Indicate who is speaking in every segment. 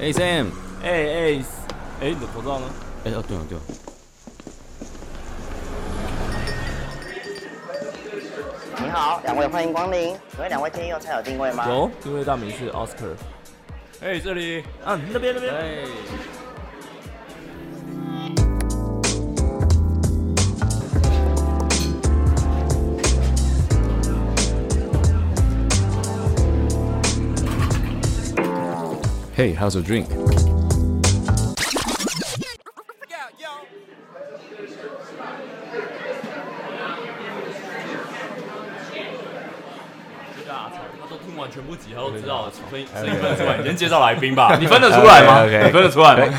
Speaker 1: 哎、Sam，
Speaker 2: 哎哎哎，你的口罩呢？
Speaker 1: 哎、哦对了对了，
Speaker 3: 你好，两位欢迎光临。请问两位今天用餐有定位吗？
Speaker 2: 有，因为大名是 Oscar。哎，这里啊，那边那边。
Speaker 1: 哎，
Speaker 4: Hey, how's your drink?
Speaker 2: 大才，他都听完全部集合，都知道声音声音分得出来。你先介绍来宾 吧，你分得出来吗？
Speaker 4: OK，OK
Speaker 2: 你分得出来吗？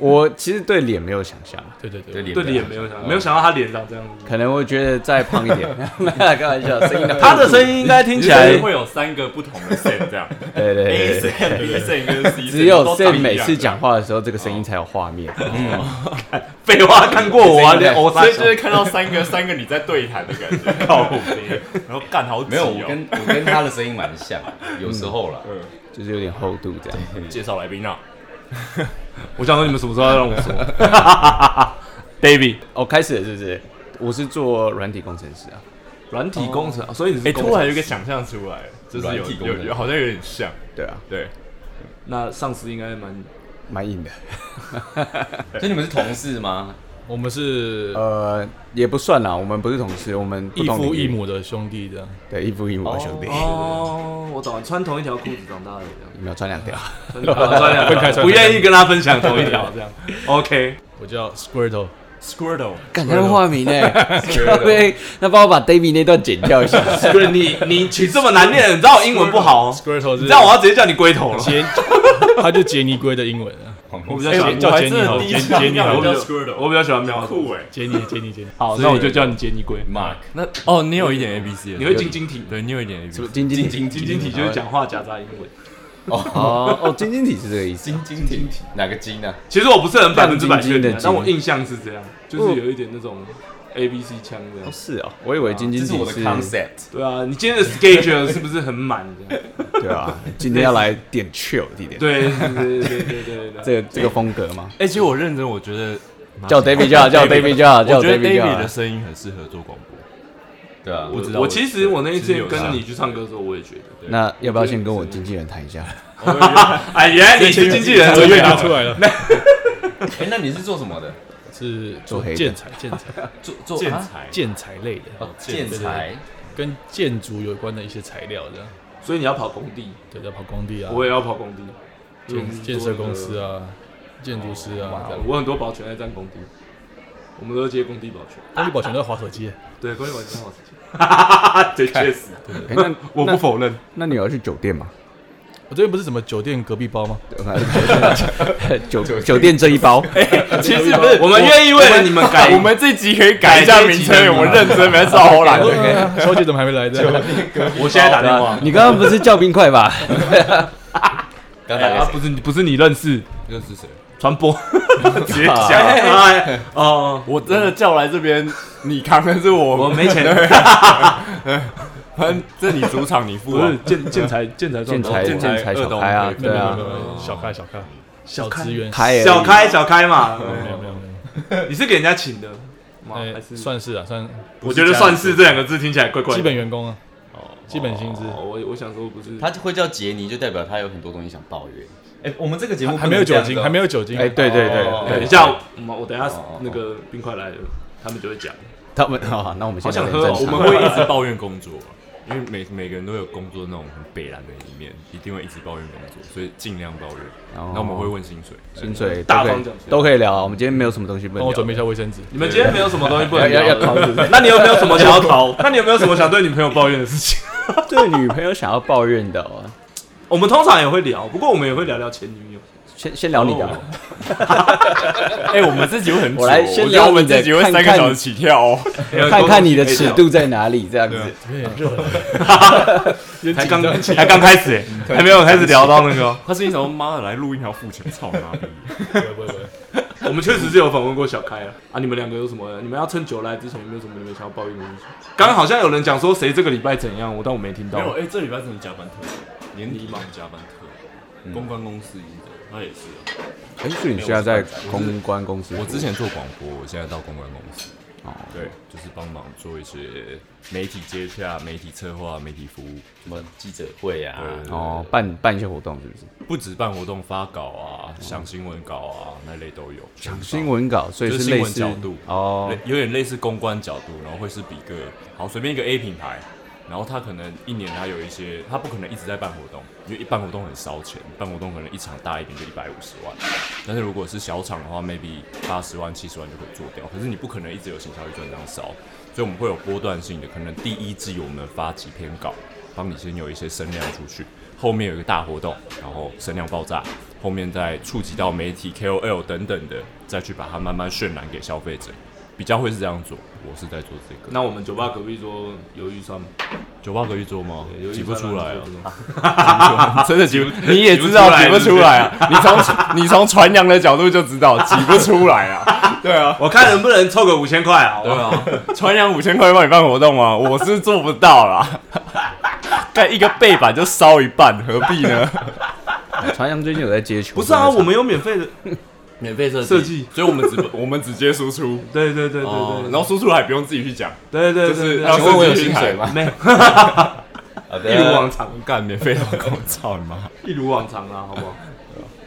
Speaker 4: 我其实对脸没有想象，
Speaker 2: 对对
Speaker 1: 对
Speaker 2: 对
Speaker 1: 脸
Speaker 2: 对
Speaker 1: 比较
Speaker 2: 脸没有想，没有想到他脸长这样子。
Speaker 4: 可能我觉得再胖一点， 没有啦开玩笑，声音的
Speaker 2: 他的声
Speaker 4: 音，
Speaker 2: 音应该听
Speaker 4: 起来
Speaker 2: 会有三个不同的 Sam 这样
Speaker 4: 对对对
Speaker 2: ，A
Speaker 4: 对
Speaker 2: Sam、B Sam 跟 C Sam，
Speaker 4: 只有
Speaker 2: 都
Speaker 4: Sam
Speaker 2: 长一样
Speaker 4: 每次讲话的时候，这个声音才有画面。
Speaker 2: 哦废话，看过我啊，
Speaker 4: 对
Speaker 2: 连 我
Speaker 4: 所
Speaker 2: 所
Speaker 4: 以
Speaker 2: 以
Speaker 4: 就
Speaker 2: 就是是看到三个三个你在对谈的感觉，靠背，然后干好哦
Speaker 1: 没有，我跟我跟他的声音蛮 像，有时候啦。
Speaker 5: 嗯
Speaker 4: 就是有点厚度这样。
Speaker 2: 介绍来宾啊，我想说你们什么时候要让我说？David，
Speaker 4: 哦，开始了是不是？我是做软体工程师啊，
Speaker 2: 软体工程，所以你
Speaker 5: 哎、
Speaker 2: 是
Speaker 5: 突
Speaker 2: 哦突
Speaker 5: 然
Speaker 2: 然
Speaker 5: 有一个想象出来，就是
Speaker 1: 软
Speaker 5: 有
Speaker 1: 体工
Speaker 5: 有
Speaker 1: 程
Speaker 5: 有，好像有点像，
Speaker 4: 对啊，
Speaker 5: 对，
Speaker 2: 那上司应该蛮
Speaker 4: 蛮硬的。
Speaker 1: 所以你们是同事吗？
Speaker 6: 我们是
Speaker 4: 呃，也不算啦，我们不是同事，我们不
Speaker 6: 异
Speaker 4: 同
Speaker 6: 父
Speaker 4: 领域
Speaker 6: 异，母的兄弟这样。
Speaker 4: 对，一父一母的兄弟，
Speaker 2: 哦，我懂了，穿同一条裤子长大的
Speaker 4: 有没有穿两条？
Speaker 2: 这样，穿两
Speaker 6: 分开穿
Speaker 2: 不愿意跟他分享同一条这样。OK，
Speaker 6: 我叫 Squirtle，
Speaker 2: Squirtle，
Speaker 4: 感觉化名呢，对，那帮我把 David 那段剪掉一下。
Speaker 2: 不是你你取这么难念，你知道我英文不好，哦，
Speaker 6: Squirtle 是
Speaker 2: 你知道我要直接叫你龟头了。
Speaker 6: 杰， 他就杰尼龟的英文啊，
Speaker 2: 我比较喜
Speaker 5: 哎，
Speaker 2: 欢
Speaker 6: 叫
Speaker 5: 我还
Speaker 6: 杰
Speaker 5: 真
Speaker 6: 尼好
Speaker 5: 的第一次听到
Speaker 2: 我
Speaker 5: 有
Speaker 2: 比
Speaker 5: 人
Speaker 2: 较
Speaker 5: 叫 Squirtle，
Speaker 2: 我比较喜欢喵。
Speaker 5: 酷哎，
Speaker 6: 杰尼杰尼杰尼。
Speaker 2: 好，那我就叫你杰尼龟。
Speaker 1: Mark，
Speaker 5: 那哦，你有一点 A B C，
Speaker 2: 你会晶晶体，
Speaker 5: 对，你有一点 A B
Speaker 4: 什
Speaker 5: C，
Speaker 4: 么晶晶
Speaker 1: 晶
Speaker 4: 体？
Speaker 2: 晶晶体就是讲话夹杂英文。
Speaker 4: 哦哦，晶晶体是这个意思。
Speaker 1: 晶晶体，哪个晶啊？
Speaker 2: 其实我不是很百分之百
Speaker 4: 亮
Speaker 2: 确
Speaker 4: 晶晶
Speaker 2: 定
Speaker 4: 的晶
Speaker 2: 啊，但我印象是这样，就是有一点那种 A B C 腔这
Speaker 4: 哦，
Speaker 2: 样。
Speaker 4: 是哦，我以为晶晶
Speaker 1: 这是
Speaker 4: 体
Speaker 1: 我的 concept。
Speaker 2: 对啊，你今 天的 schedule 是不是很满？这样
Speaker 4: 对啊，今天要来点 chill 一点，
Speaker 2: 对对对对对对。
Speaker 4: 这个这个风格吗？
Speaker 5: 哎，其实我认真，我觉得
Speaker 4: 叫 David 就好，叫 David 就好，叫
Speaker 5: 我觉得
Speaker 4: David 就
Speaker 5: David 的
Speaker 4: 好。
Speaker 5: 声音很适合做广播，
Speaker 1: 对啊，
Speaker 5: 我知道，
Speaker 2: 我其实我那一
Speaker 5: 其实
Speaker 2: 次
Speaker 5: 有
Speaker 2: 跟
Speaker 5: 上
Speaker 2: 你去唱歌的时候，我也觉得，
Speaker 4: 那要不要先跟我经纪人谈一下？
Speaker 2: 哎，原来你是经纪人，
Speaker 6: 我
Speaker 2: 我
Speaker 6: 越
Speaker 2: 越
Speaker 6: 拿
Speaker 2: 搞
Speaker 6: 出来了，
Speaker 1: 哎，那你是做什么的？
Speaker 6: 是
Speaker 4: 做黑的
Speaker 6: 建材建材
Speaker 1: 做做
Speaker 5: 建
Speaker 1: 啊
Speaker 5: 材，
Speaker 6: 建材类的，
Speaker 1: 哦建材，
Speaker 6: 跟建筑有关的一些材料这样。
Speaker 2: 所以你要跑工地，
Speaker 6: 对，在跑工地啊，
Speaker 2: 我也要跑工地，
Speaker 6: 建建设公司啊，建筑师啊，这
Speaker 2: 啊
Speaker 6: 样。
Speaker 2: 我很多保全在站工地，我们都接工地保全。
Speaker 6: 工地保全都划手机，
Speaker 2: 对，工地保全好事情。哈哈 哈，对，确实，
Speaker 4: 哎那
Speaker 2: 我不否认。
Speaker 4: 那你要去酒店吗？
Speaker 6: 我这边不是什么酒店隔壁包吗？
Speaker 4: 酒酒店这一包，
Speaker 5: 其实不是
Speaker 2: 我们愿意为了你们改，
Speaker 5: 我们这集可以
Speaker 2: 哎
Speaker 5: 改一下名称，我们认真没造后来。
Speaker 6: 小姐怎么还没来？ 这样
Speaker 2: 我现在打电话。
Speaker 4: 你刚刚不是叫冰块吧？
Speaker 1: 刚
Speaker 2: 哎
Speaker 1: 才
Speaker 2: 啊，不是你，不是你认识
Speaker 1: 又是谁？
Speaker 2: 传播， 直接讲。哎 哦，
Speaker 5: 我真的叫来这边， 你扛的是我，
Speaker 2: 我没钱，
Speaker 5: 反正这你主场你付
Speaker 2: 不
Speaker 5: 啊
Speaker 2: 是。建建材建材
Speaker 4: 建
Speaker 2: 状
Speaker 4: 材
Speaker 2: 况
Speaker 4: 建材小开啊，
Speaker 6: 没有
Speaker 4: 对
Speaker 6: 没有
Speaker 4: 啊
Speaker 6: 没，有，小开小开小
Speaker 2: 开
Speaker 6: 资源，
Speaker 4: 开而已
Speaker 2: 小开小开嘛，
Speaker 6: 没有没有没有。
Speaker 2: 你是给人家请的吗？
Speaker 6: 哎
Speaker 2: 还是
Speaker 6: 算是啊，算
Speaker 2: 我觉得算是这两个字听起来怪怪的。
Speaker 6: 基本员工啊，基本薪资
Speaker 2: 哦我我想说不是，
Speaker 1: 他会叫杰尼，就代表他有很多东西想抱怨。哎，我们这个节目
Speaker 6: 还没有酒精，还没
Speaker 1: 有。
Speaker 6: 有酒精，
Speaker 4: 哎，对对
Speaker 1: 哦
Speaker 4: 对
Speaker 2: 等一
Speaker 4: 对，
Speaker 2: 下我我等一下
Speaker 1: 哦
Speaker 2: 那个冰块来了，他们就会讲。
Speaker 4: 他们好，那我们
Speaker 2: 好
Speaker 4: 先
Speaker 2: 想
Speaker 4: 聊
Speaker 2: 喝
Speaker 4: 点
Speaker 2: 哦
Speaker 4: 正
Speaker 5: 我
Speaker 4: 常
Speaker 5: 们会一直抱怨工作，啊因为每每个人都有工作那种很北蓝的一面，一定会一直抱怨工作，所以尽量抱怨。
Speaker 4: 哦
Speaker 5: 然后我们会问薪水，
Speaker 4: 薪水都
Speaker 2: 大
Speaker 4: 可以
Speaker 2: 方讲出来
Speaker 4: 都可以聊啊。我们今天没有什么东西不能
Speaker 6: 帮我
Speaker 4: 聊
Speaker 6: 准。备一下卫生纸。
Speaker 2: 你们今天没有什么东西不能
Speaker 4: 要要
Speaker 2: 聊
Speaker 4: 要考
Speaker 2: 的
Speaker 4: 虑，
Speaker 2: 那你有没有什么想要考？那你有没有什么想对女朋友抱怨的事情？
Speaker 4: 对女朋友想要抱怨的哦，
Speaker 2: 我们通常也会聊，不过我们也会聊聊前女友。
Speaker 4: 先先聊你的啊。
Speaker 5: 哦 哎、我们自己会很久哦，
Speaker 4: 我来先
Speaker 5: 觉得我
Speaker 4: 聊
Speaker 5: 们
Speaker 4: 你的
Speaker 5: 自己会
Speaker 4: 看
Speaker 5: 三个
Speaker 4: 看
Speaker 5: 小时起跳哦。
Speaker 4: 看看你的尺度在哪里，这样子。
Speaker 5: 啊
Speaker 2: 才刚才刚开始欸，还没有开始聊到那个哦。
Speaker 5: 他是你什么妈的来录音还要付钱，操你妈逼！
Speaker 6: 不会不会不会，
Speaker 2: 我们确实是有访问过小开了啊。你们两个有什么？你们要趁酒来之前有没有什么你们想要抱怨的事情？刚刚好像有人讲说谁这个礼拜怎样，我但我没听到
Speaker 5: 没。有，哎、这礼拜真的加班特，年底嘛加班特，公关公司也是这样，他也是啊。
Speaker 4: 哎，所以你现在在公关公司？
Speaker 5: 我之前做广播，我现在到公关公司，
Speaker 4: 哦，
Speaker 5: 对，就是帮忙做一些媒体接洽、媒体策划、媒体服务，
Speaker 1: 什么记者会啊，
Speaker 5: 对
Speaker 4: 哦，办办一些活动是不是？
Speaker 5: 不止办活动、发稿啊、想新闻稿啊那类都有。
Speaker 4: 讲新闻稿，所以
Speaker 5: 就是是新
Speaker 4: 类
Speaker 5: 闻
Speaker 4: 似
Speaker 5: 角度
Speaker 4: 哦
Speaker 5: 类，有点类似公关角度，然后会是比个好随便一个 A 品牌，然后他可能一年他有一些，他不可能一直在办活动，因为一办活动很烧钱，办活动可能一场大一点就一百五十万，但是如果是小场的话，maybe 八十万七十万就可以做掉，可是你不可能一直有行销预算这样烧，所以我们会有波段性的，可能第一季我们发几篇稿，帮你先有一些声量出去，后面有一个大活动，然后声量爆炸，后面再触及到媒体 KOL 等等的，再去把它慢慢渲染给消费者，比较会是这样做。我是在做这个。
Speaker 2: 那我们酒吧隔壁桌有预算吗？
Speaker 5: 酒吧可以做吗
Speaker 2: 对有？预
Speaker 5: 挤
Speaker 2: 算
Speaker 5: 不出来
Speaker 2: 啊
Speaker 5: 啊！ 真的挤不，你也知道挤不出来啊！你从你从传扬的角度就知道挤不出来啊！对啊，
Speaker 2: 我看能不能凑个五千块啊！
Speaker 5: 对啊，传扬五千块帮你办活动吗？我是做不到啦。但一个背板就烧一半，何必呢？
Speaker 4: 传扬最近有在接球，
Speaker 2: 不是啊，我们有免费的。
Speaker 5: 免费设
Speaker 2: 设计
Speaker 5: 所以我们 只我们只接输出，
Speaker 2: 对对对对
Speaker 5: 哦
Speaker 2: 对，
Speaker 5: 然后输出还不用自己去讲，
Speaker 2: 对对
Speaker 5: 就
Speaker 2: 对
Speaker 5: 是
Speaker 2: 对，
Speaker 5: 让
Speaker 2: 对
Speaker 5: 设
Speaker 4: 我有
Speaker 5: 计去
Speaker 4: 薪
Speaker 5: 看
Speaker 4: 水吗？
Speaker 2: 没
Speaker 1: 好
Speaker 2: 一如
Speaker 1: 的
Speaker 2: 往，常，
Speaker 5: 干免费老公，操你 妈！
Speaker 2: 一如往常啊，好不好？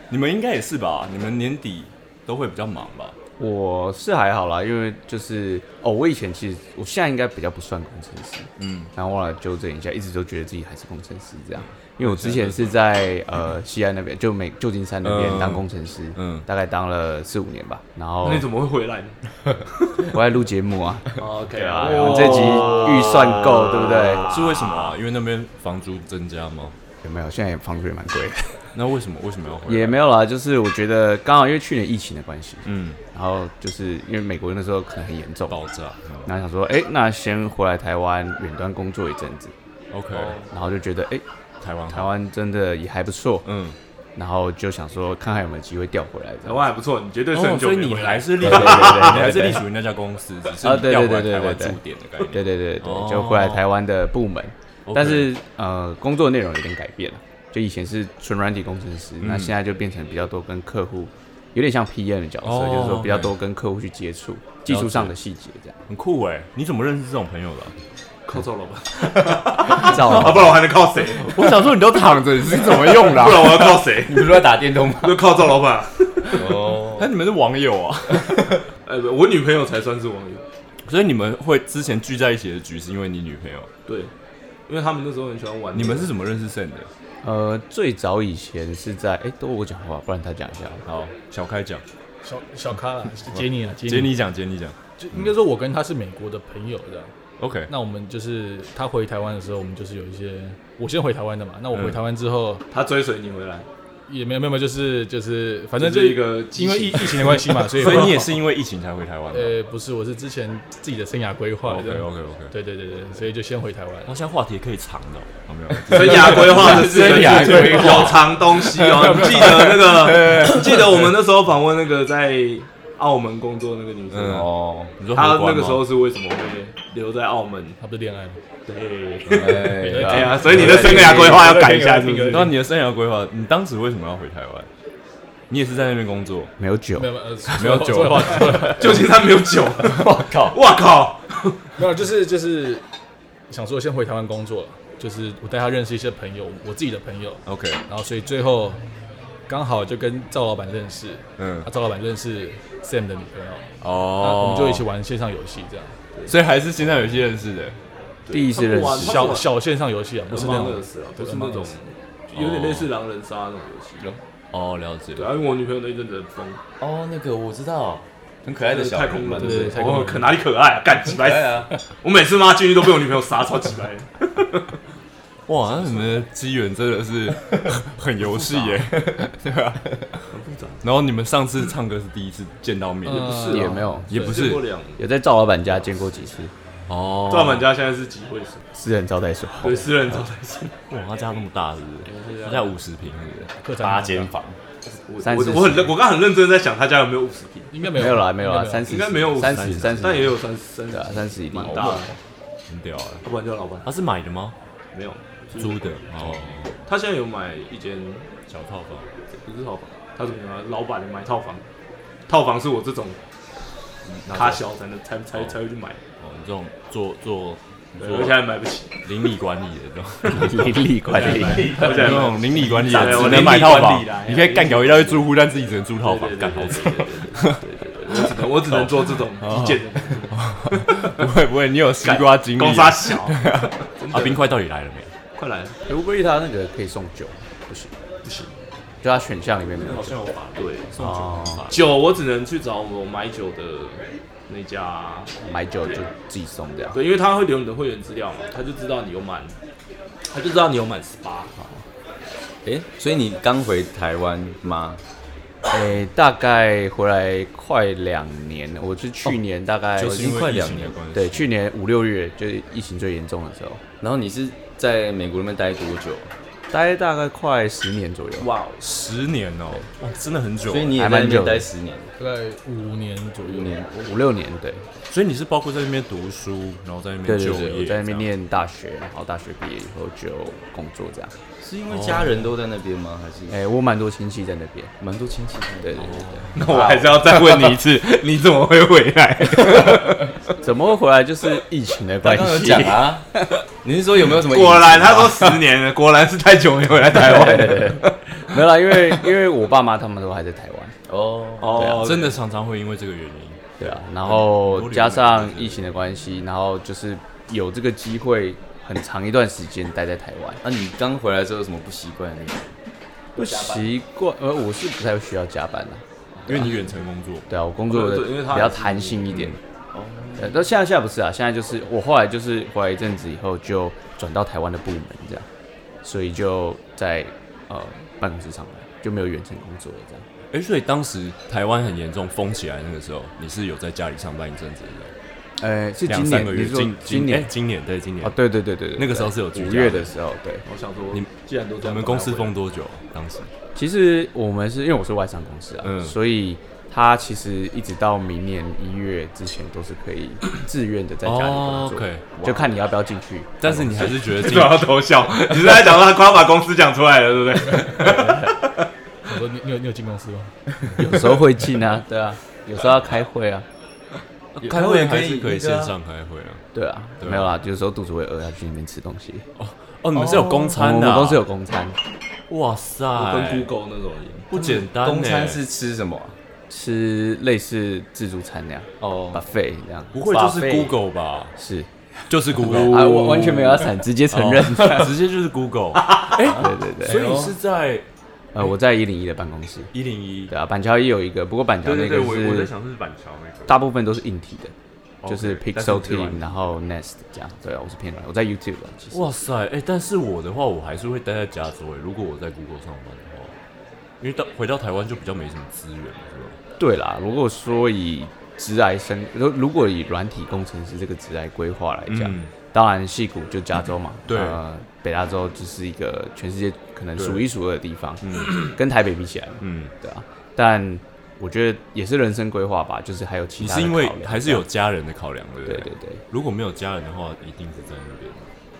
Speaker 5: 你们应该也是吧？你们年底都会比较忙吧？
Speaker 4: 我是还好啦，因为就是哦，我以前其实我现在应该比较不算工程师，
Speaker 5: 嗯，
Speaker 4: 然后我来纠正一下，一直都觉得自己还是工程师这样，因为我之前是在
Speaker 2: 嗯
Speaker 4: 呃西安那边，就美旧金山那边
Speaker 5: 嗯
Speaker 4: 当工程师，
Speaker 5: 嗯
Speaker 4: 大概当了四五年吧，然后
Speaker 2: 那你怎么会回来呢
Speaker 4: 我在录节目 啊，
Speaker 2: ？OK
Speaker 4: 对啊，我们这集预算够，对不对？
Speaker 5: 是为什么啊？因为那边房租增加吗？
Speaker 4: 有没有？现在也房租也蛮贵
Speaker 2: 啊
Speaker 4: 的，
Speaker 5: 那为什么为什么要回来？
Speaker 4: 也没有啦，就是我觉得刚好因为去年疫情的关系，
Speaker 5: 嗯，
Speaker 4: 然后就是因为美国那时候可能很严重，啊
Speaker 5: 爆炸。嗯
Speaker 4: 然后想说，哎、那先回来台湾远端工作一阵子，
Speaker 5: OK，
Speaker 4: 然后就觉得，哎、
Speaker 5: 哦台湾好
Speaker 4: 台，湾真的也还不错，
Speaker 5: 嗯，
Speaker 4: 然后就想说看看有没有机会调回来这
Speaker 2: 台
Speaker 4: 样。
Speaker 2: 湾还不错，你绝对是很
Speaker 5: 哦
Speaker 2: 久
Speaker 5: 所以
Speaker 2: 没
Speaker 5: 你
Speaker 2: 回
Speaker 5: 还
Speaker 2: 来。
Speaker 5: 是隶
Speaker 4: 对
Speaker 5: 属，
Speaker 4: 对
Speaker 5: 你
Speaker 4: 对对
Speaker 5: 还是
Speaker 4: 对
Speaker 5: 隶属于那家公司，只是
Speaker 4: 啊
Speaker 5: 你
Speaker 4: 对
Speaker 5: 调
Speaker 4: 对
Speaker 5: 回来
Speaker 4: 对
Speaker 5: 台湾
Speaker 4: 对
Speaker 5: 驻
Speaker 4: 对
Speaker 5: 点的概念。
Speaker 4: 对对对
Speaker 5: 哦
Speaker 4: 对，就回来台湾的部门，
Speaker 5: OK
Speaker 4: 但是呃，工作内容有点改变了，就以前是纯软体工程师，那
Speaker 5: 嗯
Speaker 4: 现在就变成比较多跟客户，有点像 PM 的角色，
Speaker 5: 哦
Speaker 4: 就是说比较
Speaker 5: OK
Speaker 4: 多跟客户去接触技术上的细节这样。
Speaker 5: 很酷哎！你怎么认识这种朋友的啊？
Speaker 2: 靠走了吧？啊，
Speaker 4: 照
Speaker 2: 不然我还能靠谁？
Speaker 5: 我想说你都躺 着，你是怎么用
Speaker 7: 啊
Speaker 5: 的啊
Speaker 2: 不然我要靠谁？
Speaker 1: 你不是在打电动 吗？
Speaker 2: 就靠赵老板。
Speaker 5: 那你们是网友啊？
Speaker 2: 呃，不我女朋友才算是网友。
Speaker 5: 所以你们会之前聚在一起的局是因为你女朋友？
Speaker 2: 对，因为他们那时候很喜欢玩。
Speaker 5: 你们是怎么认识 Sen 的？
Speaker 4: 呃，最早以前是在哎，都我讲话，不然他讲一下好了。
Speaker 5: 好，小开讲，
Speaker 6: 小小咖啦，杰尼啊，
Speaker 5: 杰
Speaker 6: 杰尼，
Speaker 5: 尼讲，杰尼讲。
Speaker 6: 就应该说我跟他是美国的朋友这样。
Speaker 5: OK，
Speaker 6: 那我们就是他回台湾的时候，我们就是有一些，我先回台湾的嘛。那我回
Speaker 5: 嗯
Speaker 6: 台湾之后，
Speaker 2: 他追随你回来，
Speaker 6: 也没有没有没有，就是就是，反
Speaker 2: 这
Speaker 6: 正就是
Speaker 2: 一个激
Speaker 6: 因为疫
Speaker 2: 情
Speaker 6: 疫情的关 系嘛，所以
Speaker 5: 所以你也是因为疫情才回台湾的。
Speaker 6: 呃不是，我是之前自己的生涯规划
Speaker 5: OK
Speaker 6: 这样
Speaker 5: OK OK。
Speaker 6: 对对对对，所以就先回台湾。
Speaker 5: 那现在话题可以长的哦，有没有？
Speaker 2: 生涯规划是
Speaker 5: 生涯规划
Speaker 2: 有藏东西哦。你记得那个，记得我们那时候访问那个在澳门工作那个女
Speaker 5: 嗯
Speaker 2: 生哦，
Speaker 1: 哦，
Speaker 5: 你说
Speaker 2: 她
Speaker 5: 荷
Speaker 2: 那
Speaker 5: 官
Speaker 2: 个
Speaker 5: 吗
Speaker 2: 时候是为什么会留在澳门？
Speaker 6: 他不是恋爱吗？
Speaker 2: 对，
Speaker 1: 哎
Speaker 6: 啊
Speaker 2: 哎呀，所以你的生涯规划要改一下，是不是？
Speaker 5: 那你的生涯规划，你当时为什么要回台湾？你也是在那边工作，
Speaker 4: 没有酒
Speaker 6: 没，有没有呃
Speaker 5: 没有
Speaker 6: 说
Speaker 5: 酒
Speaker 6: 说话说话
Speaker 2: 旧金山没有酒，啊
Speaker 5: 我靠！
Speaker 2: 哇靠！
Speaker 6: 没有，就是就是想说先回台湾工作了，就是我带他认识一些朋友，我自己的朋友，
Speaker 5: OK，
Speaker 6: 然后所以最后刚好就跟赵老板认识，
Speaker 5: 嗯
Speaker 6: 啊，，赵老板认识 Sam 的女朋友，啊，
Speaker 5: 哦
Speaker 6: 我们就一起，玩线上游戏这样，
Speaker 5: 所以还是线上有些人识的，
Speaker 4: 第一次认
Speaker 2: 哇
Speaker 4: 识，
Speaker 2: 他不
Speaker 6: 小
Speaker 2: 玩
Speaker 6: 小线上游戏啊，不是那
Speaker 2: 很
Speaker 6: 种
Speaker 2: 忙的事啊，不是那种有点类似狼人杀那种游戏。
Speaker 5: 哦，了解，
Speaker 2: 对啊，因为我女朋友那一阵子很疯，
Speaker 1: 哦，那个我知道，很可爱的小
Speaker 2: 太
Speaker 1: 人
Speaker 2: 空
Speaker 1: 嘛，
Speaker 2: 人，
Speaker 1: 对不对？
Speaker 6: 太空人
Speaker 2: 哦，可哪里可爱啊？干几百
Speaker 1: 可爱
Speaker 2: 死！
Speaker 1: 啊，
Speaker 2: 我每次妈进去都被我女朋友杀，超几百。
Speaker 5: 哇，那你们的机缘真的是很游戏耶， 对吧？很复杂。然后你们上次唱歌是第一次见到面，
Speaker 6: 嗯
Speaker 2: 是啊
Speaker 4: 也没有，
Speaker 5: 也不
Speaker 2: 见
Speaker 5: 是
Speaker 2: 过两，
Speaker 4: 有在赵老板家见过几次，
Speaker 5: 哦。
Speaker 2: 赵满家现在是几位数？
Speaker 4: 私人招待所。
Speaker 2: 对，私人招待所。
Speaker 5: 哇，他家那么大是不是？他家五十平是不是？
Speaker 6: 客栈
Speaker 1: 八间房，
Speaker 2: 我
Speaker 4: 三十
Speaker 2: 我我很认，我刚刚很认真在想他家有没有五十平，
Speaker 6: 应该没有
Speaker 4: 没有啦，没有啦，三
Speaker 6: 十
Speaker 4: 十
Speaker 2: 应该没有
Speaker 4: 三十三十，
Speaker 2: 但也有三三十
Speaker 4: 对啊，，三十一定
Speaker 2: 蛮
Speaker 4: 有
Speaker 2: 大的。
Speaker 5: 很屌啊！
Speaker 2: 要不然叫老板
Speaker 5: 他是买的吗？
Speaker 2: 没有
Speaker 5: 租的哦，
Speaker 2: 他现在有买一间
Speaker 5: 小套房，
Speaker 2: 不是套房，他是什么老板买套房，套房是我这种
Speaker 5: 那
Speaker 2: 卡
Speaker 5: 种
Speaker 2: 小才能才才才会去买，
Speaker 5: 哦，你这种做做
Speaker 2: 对而且
Speaker 5: 做
Speaker 2: 还买不起。
Speaker 5: 邻里管理的 这 种，
Speaker 4: 邻里 管理，
Speaker 2: 而且还买
Speaker 5: 那种邻里管理的哎
Speaker 2: 对我
Speaker 5: 只
Speaker 2: 邻
Speaker 5: 能
Speaker 2: 里
Speaker 5: 买套
Speaker 2: 管
Speaker 5: 房
Speaker 2: 理啦，
Speaker 5: 你可以干掉一大堆住户，但自己只能住套房
Speaker 2: 对，对
Speaker 5: 干
Speaker 2: 对
Speaker 5: 好
Speaker 2: 对对我只能我只能做这种低贱的工作
Speaker 5: 不会不会，你有西瓜经历
Speaker 2: 公
Speaker 5: 啊。
Speaker 2: 差小，
Speaker 5: 啊，冰块到底来了没？
Speaker 2: 快来了，
Speaker 4: 如果他那个可以送酒，不行，
Speaker 2: 不行，
Speaker 4: 就他选项里面没有酒
Speaker 5: 像有法
Speaker 2: 对
Speaker 5: 送酒
Speaker 2: 酒我只能去找我买酒的那家，
Speaker 4: 买酒就自己送这样。
Speaker 2: 对，因为他会留你的会员资料嘛，他就知道你有满，他就知道你有满十八，
Speaker 7: 哎、所以你刚回台湾吗？
Speaker 4: 诶、大概回来快两年，我是去年大概、
Speaker 5: 哦就是因
Speaker 7: 快
Speaker 5: 为疫
Speaker 7: 两
Speaker 5: 情的
Speaker 7: 年
Speaker 5: 关系，
Speaker 4: 对，去年五六月就是疫情最严重的时候，
Speaker 7: 然后你是在美国那边待多久？
Speaker 4: 待大概快十年左右。
Speaker 2: 哇，
Speaker 5: 十年哦，哇真的很久。
Speaker 7: 所以你也
Speaker 4: 还
Speaker 7: 在
Speaker 4: 蛮
Speaker 7: 那
Speaker 4: 久
Speaker 7: 边
Speaker 4: 的
Speaker 7: 待十年，
Speaker 6: 大概五年左右。
Speaker 7: 年
Speaker 4: 五六年，对，
Speaker 5: 所以你是包括在那边读书，然后在那
Speaker 4: 对对
Speaker 5: 边就
Speaker 4: 对，
Speaker 5: 业，
Speaker 4: 我在那边，念大学，然后大学毕业以后就工作这样。
Speaker 7: 是因为家人都在那边吗？还是
Speaker 4: 哎、我蛮多亲戚在那边，
Speaker 7: 蛮多亲戚在那边？
Speaker 4: 对对对
Speaker 5: 那 我还是要再问你一次，你怎么会回来？
Speaker 4: 对， 怎么会回来就是疫情的关
Speaker 7: 刚刚有
Speaker 4: 系。
Speaker 7: 讲啊，你是说有 没有什么？
Speaker 5: 果然他说十年了，果然是太久没回来台湾了。
Speaker 4: 没有啦，因为因为我爸妈他们都还在台湾，
Speaker 7: 哦，
Speaker 4: 啊
Speaker 2: 哦，
Speaker 5: 真的常常会因为这个原因，
Speaker 4: 对啊，然后加上疫情的关系，然后就是有这个机会，很长一段时间待在台湾，
Speaker 7: 那、你刚回来之后有什么不习惯的地方？
Speaker 4: 不习惯，呃，我是不太需要加班的、
Speaker 5: 因为你远程工作，
Speaker 4: 对啊，我工
Speaker 5: 哦
Speaker 4: 作的
Speaker 2: 对因为他
Speaker 4: 比较弹性一点。
Speaker 5: 嗯
Speaker 4: 哦，但现在现在不是啊，现在就是我后来就是回来一阵子以后，就转到台湾的部门这样，所以就在呃办公室上班，就没有远程工作了这样。
Speaker 5: 哎，所以当时台湾很严重封起来那个时候，你是有在家里上班一阵子的，
Speaker 4: 呃，是
Speaker 5: 两
Speaker 4: 今
Speaker 5: 三
Speaker 4: 年，
Speaker 5: 个
Speaker 4: 你
Speaker 5: 月，
Speaker 4: 是说
Speaker 5: 今
Speaker 4: 今年
Speaker 5: 哎今年对今年
Speaker 4: 啊？
Speaker 2: 哦
Speaker 4: 对对对对对，
Speaker 5: 那个时候是有居家
Speaker 4: 五月的时候，对。
Speaker 2: 我想说，
Speaker 5: 你
Speaker 2: 既然都这
Speaker 5: 我
Speaker 2: 样
Speaker 5: 们公司封多久？啊当
Speaker 2: 啊
Speaker 5: 时
Speaker 4: 其实我们是因为我是外商公司啊，
Speaker 5: 嗯
Speaker 4: 所以他其实一直到明年一月之前都是可以自愿的在家里工
Speaker 5: 哦
Speaker 4: 作，
Speaker 5: ，OK
Speaker 4: 就看你要不要进去。
Speaker 5: 但是你还是觉得进
Speaker 2: 不要啊偷笑，你是在讲他快要把公司讲出来了，对不对？
Speaker 6: 我说你你有你有进公司吗？
Speaker 4: 有时候会进啊， 对啊，有时候要开会啊，
Speaker 5: 开会还是可以
Speaker 7: 那个啊
Speaker 5: 线上开会啊。
Speaker 4: 对啊，
Speaker 5: 对啊
Speaker 4: 没有啦，有时候肚子会饿，要去那边吃东西。
Speaker 5: 哦，你们是有公
Speaker 4: 我
Speaker 5: 餐的、
Speaker 4: 们公司有，公餐，
Speaker 5: 哇塞，
Speaker 2: 跟 Google 那种一样。
Speaker 5: 不简单欸呢。
Speaker 7: 中餐是吃什么啊、
Speaker 4: 吃类似自助餐那样
Speaker 7: 哦，
Speaker 4: ，buffet 那样，
Speaker 5: 不会就是
Speaker 7: buffet
Speaker 5: Google 吧？
Speaker 4: 是
Speaker 5: 就是 Google
Speaker 4: 啊，我完全没有要闪，直接承认。哎
Speaker 5: 哦 直接就是 Google。
Speaker 4: 对对对，
Speaker 5: 所以是在
Speaker 4: 呃，我在一零一的办公室，
Speaker 5: 一零一
Speaker 4: 对啊，板桥也有一个，不过板桥那个是
Speaker 5: 是板桥那个。
Speaker 4: 大部分都是硬体的，就是
Speaker 5: OK，但是
Speaker 4: Pixel
Speaker 5: 你是软
Speaker 4: Team，然后 Nest 这样。对啊，我是偏软，我在 YouTube 啊，其实
Speaker 5: 哇塞，哎、但是我的话，我还是会待在加州、哎，如果我在 Google 上班的话，因为到回到台湾就比较没什么资源了，是吧？
Speaker 4: 对啦，如果说以职癌生，如如果以软体工程师这个职癌规划来讲，
Speaker 5: 嗯
Speaker 4: 当然戏谷就加州嘛，
Speaker 5: 对
Speaker 4: 呃，北大州就是一个全世界可能
Speaker 5: 对
Speaker 4: 数一数二的地方，跟台北比起来，
Speaker 5: 嗯，
Speaker 4: 对啊，但我觉得也是人生规划吧，就是还有其
Speaker 5: 你
Speaker 4: 他
Speaker 5: 是
Speaker 4: 的
Speaker 5: 因为
Speaker 4: 考量
Speaker 5: 还是有家人的考量，对不
Speaker 4: 对
Speaker 5: 对？
Speaker 4: 对对。
Speaker 5: 如果没有家人的话，一定是在那